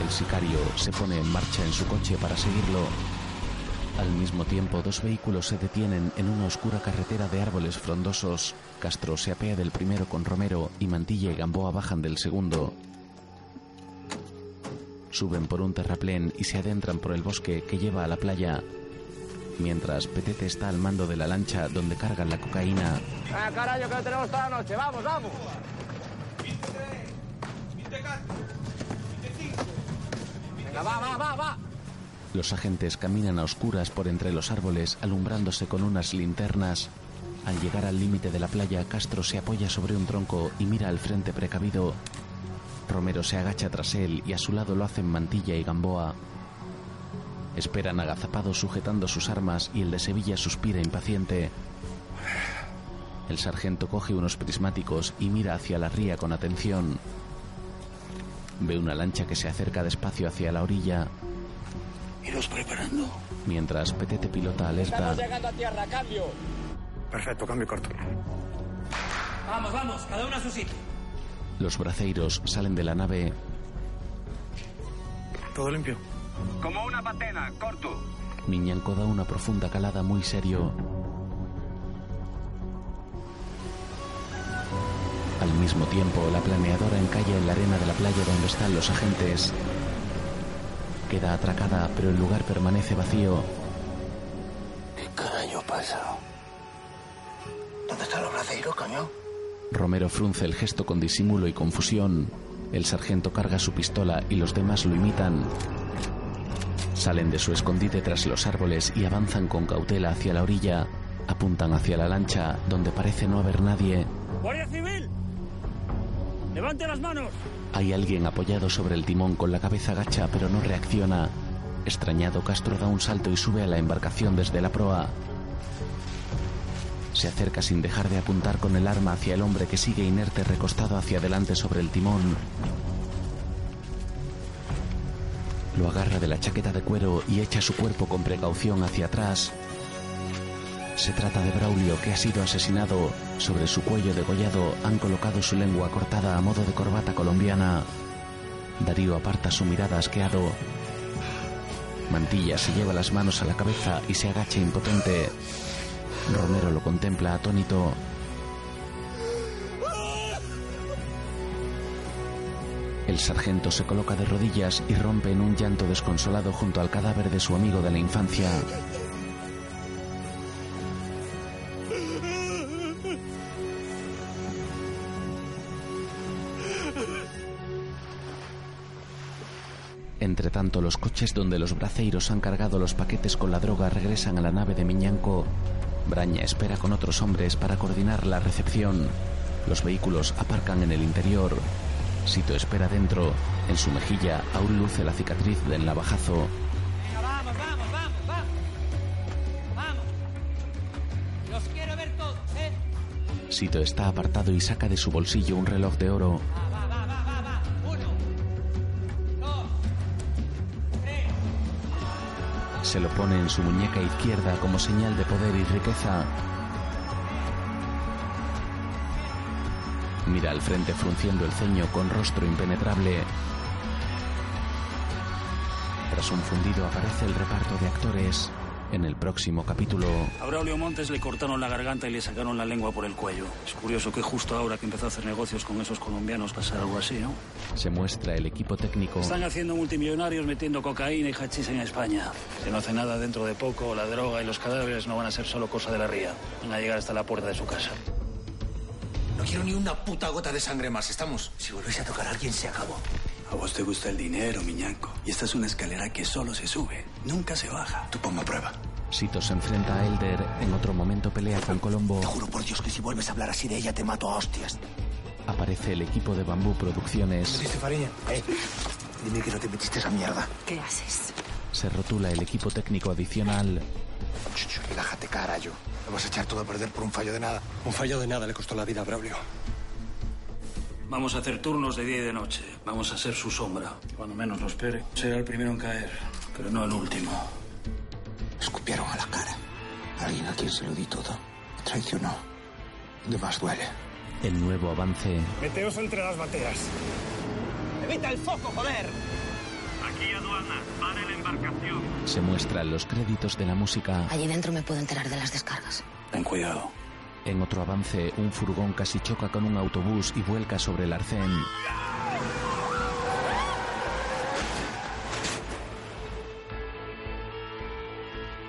Speaker 1: El sicario se pone en marcha en su coche para seguirlo. Al mismo tiempo, dos vehículos se detienen en una oscura carretera de árboles frondosos. Castro se apea del primero con Romero y Mantilla y Gamboa bajan del segundo. Suben por un terraplén y se adentran por el bosque que lleva a la playa. Mientras, Petete está al mando de la lancha donde cargan la cocaína.
Speaker 16: Ah, carajo, que lo tenemos toda la noche. Vamos, vamos. Venga, va, va, va, va.
Speaker 1: Los agentes caminan a oscuras por entre los árboles, alumbrándose con unas linternas. Al llegar al límite de la playa, Castro se apoya sobre un tronco y mira al frente precavido. Romero se agacha tras él y a su lado lo hacen Mantilla y Gamboa. Esperan agazapados sujetando sus armas y el de Sevilla suspira impaciente. El sargento coge unos prismáticos y mira hacia la ría con atención. Ve una lancha que se acerca despacio hacia la orilla.
Speaker 16: Iros preparando.
Speaker 1: Mientras Petete pilota
Speaker 16: Estamos
Speaker 1: alerta,
Speaker 16: llegando a tierra, cambio.
Speaker 4: Perfecto, cambio corto.
Speaker 6: Vamos, vamos, cada uno a su sitio.
Speaker 1: los braceiros salen de la nave.
Speaker 4: Todo limpio.
Speaker 18: Como una patena, corto.
Speaker 1: Miñanco da una profunda calada muy serio. Al mismo tiempo, la planeadora encalla en la arena de la playa donde están los agentes. Queda atracada, pero el lugar permanece vacío.
Speaker 16: ¿Qué carajo pasa? ¿Dónde están los braceiros, cañón?
Speaker 1: Romero frunce el gesto con disimulo y confusión. El sargento carga su pistola y los demás lo imitan. Salen de su escondite tras los árboles y avanzan con cautela hacia la orilla. Apuntan hacia la lancha, donde parece no haber nadie.
Speaker 6: ¡Guardia Civil! ¡Levante las manos!
Speaker 1: Hay alguien apoyado sobre el timón con la cabeza gacha, pero no reacciona. Extrañado, Castro da un salto y sube a la embarcación desde la proa. Se acerca sin dejar de apuntar con el arma hacia el hombre que sigue inerte recostado hacia adelante sobre el timón. Lo agarra de la chaqueta de cuero y echa su cuerpo con precaución hacia atrás. Se trata de Braulio, que ha sido asesinado. Sobre su cuello degollado han colocado su lengua cortada a modo de corbata colombiana. Darío aparta su mirada asqueado. Mantilla se lleva las manos a la cabeza y se agacha impotente. Romero lo contempla atónito. El sargento se coloca de rodillas y rompe en un llanto desconsolado junto al cadáver de su amigo de la infancia. Entre tanto, los coches donde los braceiros han cargado los paquetes con la droga regresan a la nave de Miñanco. Braña espera con otros hombres para coordinar la recepción. Los vehículos aparcan en el interior. Sito espera dentro. En su mejilla aún luce la cicatriz del navajazo.
Speaker 22: Vamos, vamos, vamos, vamos. Vamos. Los quiero ver todos, ¿eh?
Speaker 1: Sito está apartado y saca de su bolsillo un reloj de oro.
Speaker 22: Ah,
Speaker 1: Se lo pone en su muñeca izquierda como señal de poder y riqueza. Mira al frente frunciendo el ceño con rostro impenetrable. Tras un fundido aparece el reparto de actores. En el próximo capítulo,
Speaker 2: A Braulio Montes le cortaron la garganta y le sacaron la lengua por el cuello. Es curioso que justo ahora que empezó a hacer negocios con esos colombianos pasara algo así, ¿no?
Speaker 1: se muestra el equipo técnico.
Speaker 2: Están haciendo multimillonarios metiendo cocaína y hachís en España. Si no hace nada dentro de poco, la droga y los cadáveres no van a ser solo cosa de la ría. Van a llegar hasta la puerta de su casa.
Speaker 4: No quiero ni una puta gota de sangre más, ¿estamos? Si volvéis a tocar a alguien, se acabó.
Speaker 43: A vos te gusta el dinero, miñanco. Y esta es una escalera que solo se sube, nunca se baja. Tú ponme a prueba.
Speaker 1: Sito se enfrenta a Elder. En otro momento pelea con Colombo.
Speaker 4: Por Dios, que si vuelves a hablar así de ella, te mato a hostias.
Speaker 1: Aparece el equipo de Bambú Producciones.
Speaker 4: Fariña? Eh, dime que no te metiste esa mierda.
Speaker 16: ¿Qué haces?
Speaker 1: Se rotula el equipo técnico adicional.
Speaker 4: Relájate, carajo. Lo vas a echar todo a perder por un fallo de nada.
Speaker 43: Un fallo de nada le costó la vida a Braulio.
Speaker 2: Vamos a hacer turnos de día y de noche. Vamos a ser su sombra. Cuando menos lo espere, será el primero en caer, pero no el último.
Speaker 4: Escupieron a la cara. Alguien a quien se lo di todo. Me traicionó. Donde más duele.
Speaker 1: El nuevo avance.
Speaker 44: Meteos entre las bateas.
Speaker 45: ¡Evita el foco, joder!
Speaker 46: Aquí aduana, para la embarcación.
Speaker 1: Se muestran los créditos de la música.
Speaker 16: Allí dentro me puedo enterar de las descargas.
Speaker 1: Ten cuidado. En otro avance, un furgón casi choca con un autobús y vuelca sobre el arcén.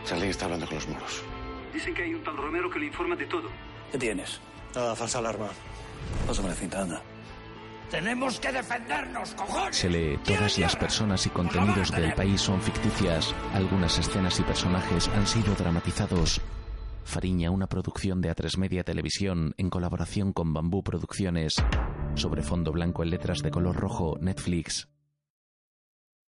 Speaker 17: Charlie está hablando con los muros.
Speaker 46: Dicen que hay un tal Romero que le informa de todo.
Speaker 2: ¿Qué tienes?
Speaker 17: Nada, falsa alarma.
Speaker 2: Pásame la cinta, anda.
Speaker 45: ¡Tenemos que defendernos, cojones!
Speaker 1: Se lee, todas las personas y contenidos del país son ficticias. Algunas escenas y personajes han sido dramatizados. Fariña, una producción de A3 Media Televisión en colaboración con Bambú Producciones. Sobre fondo blanco en letras de color rojo, Netflix.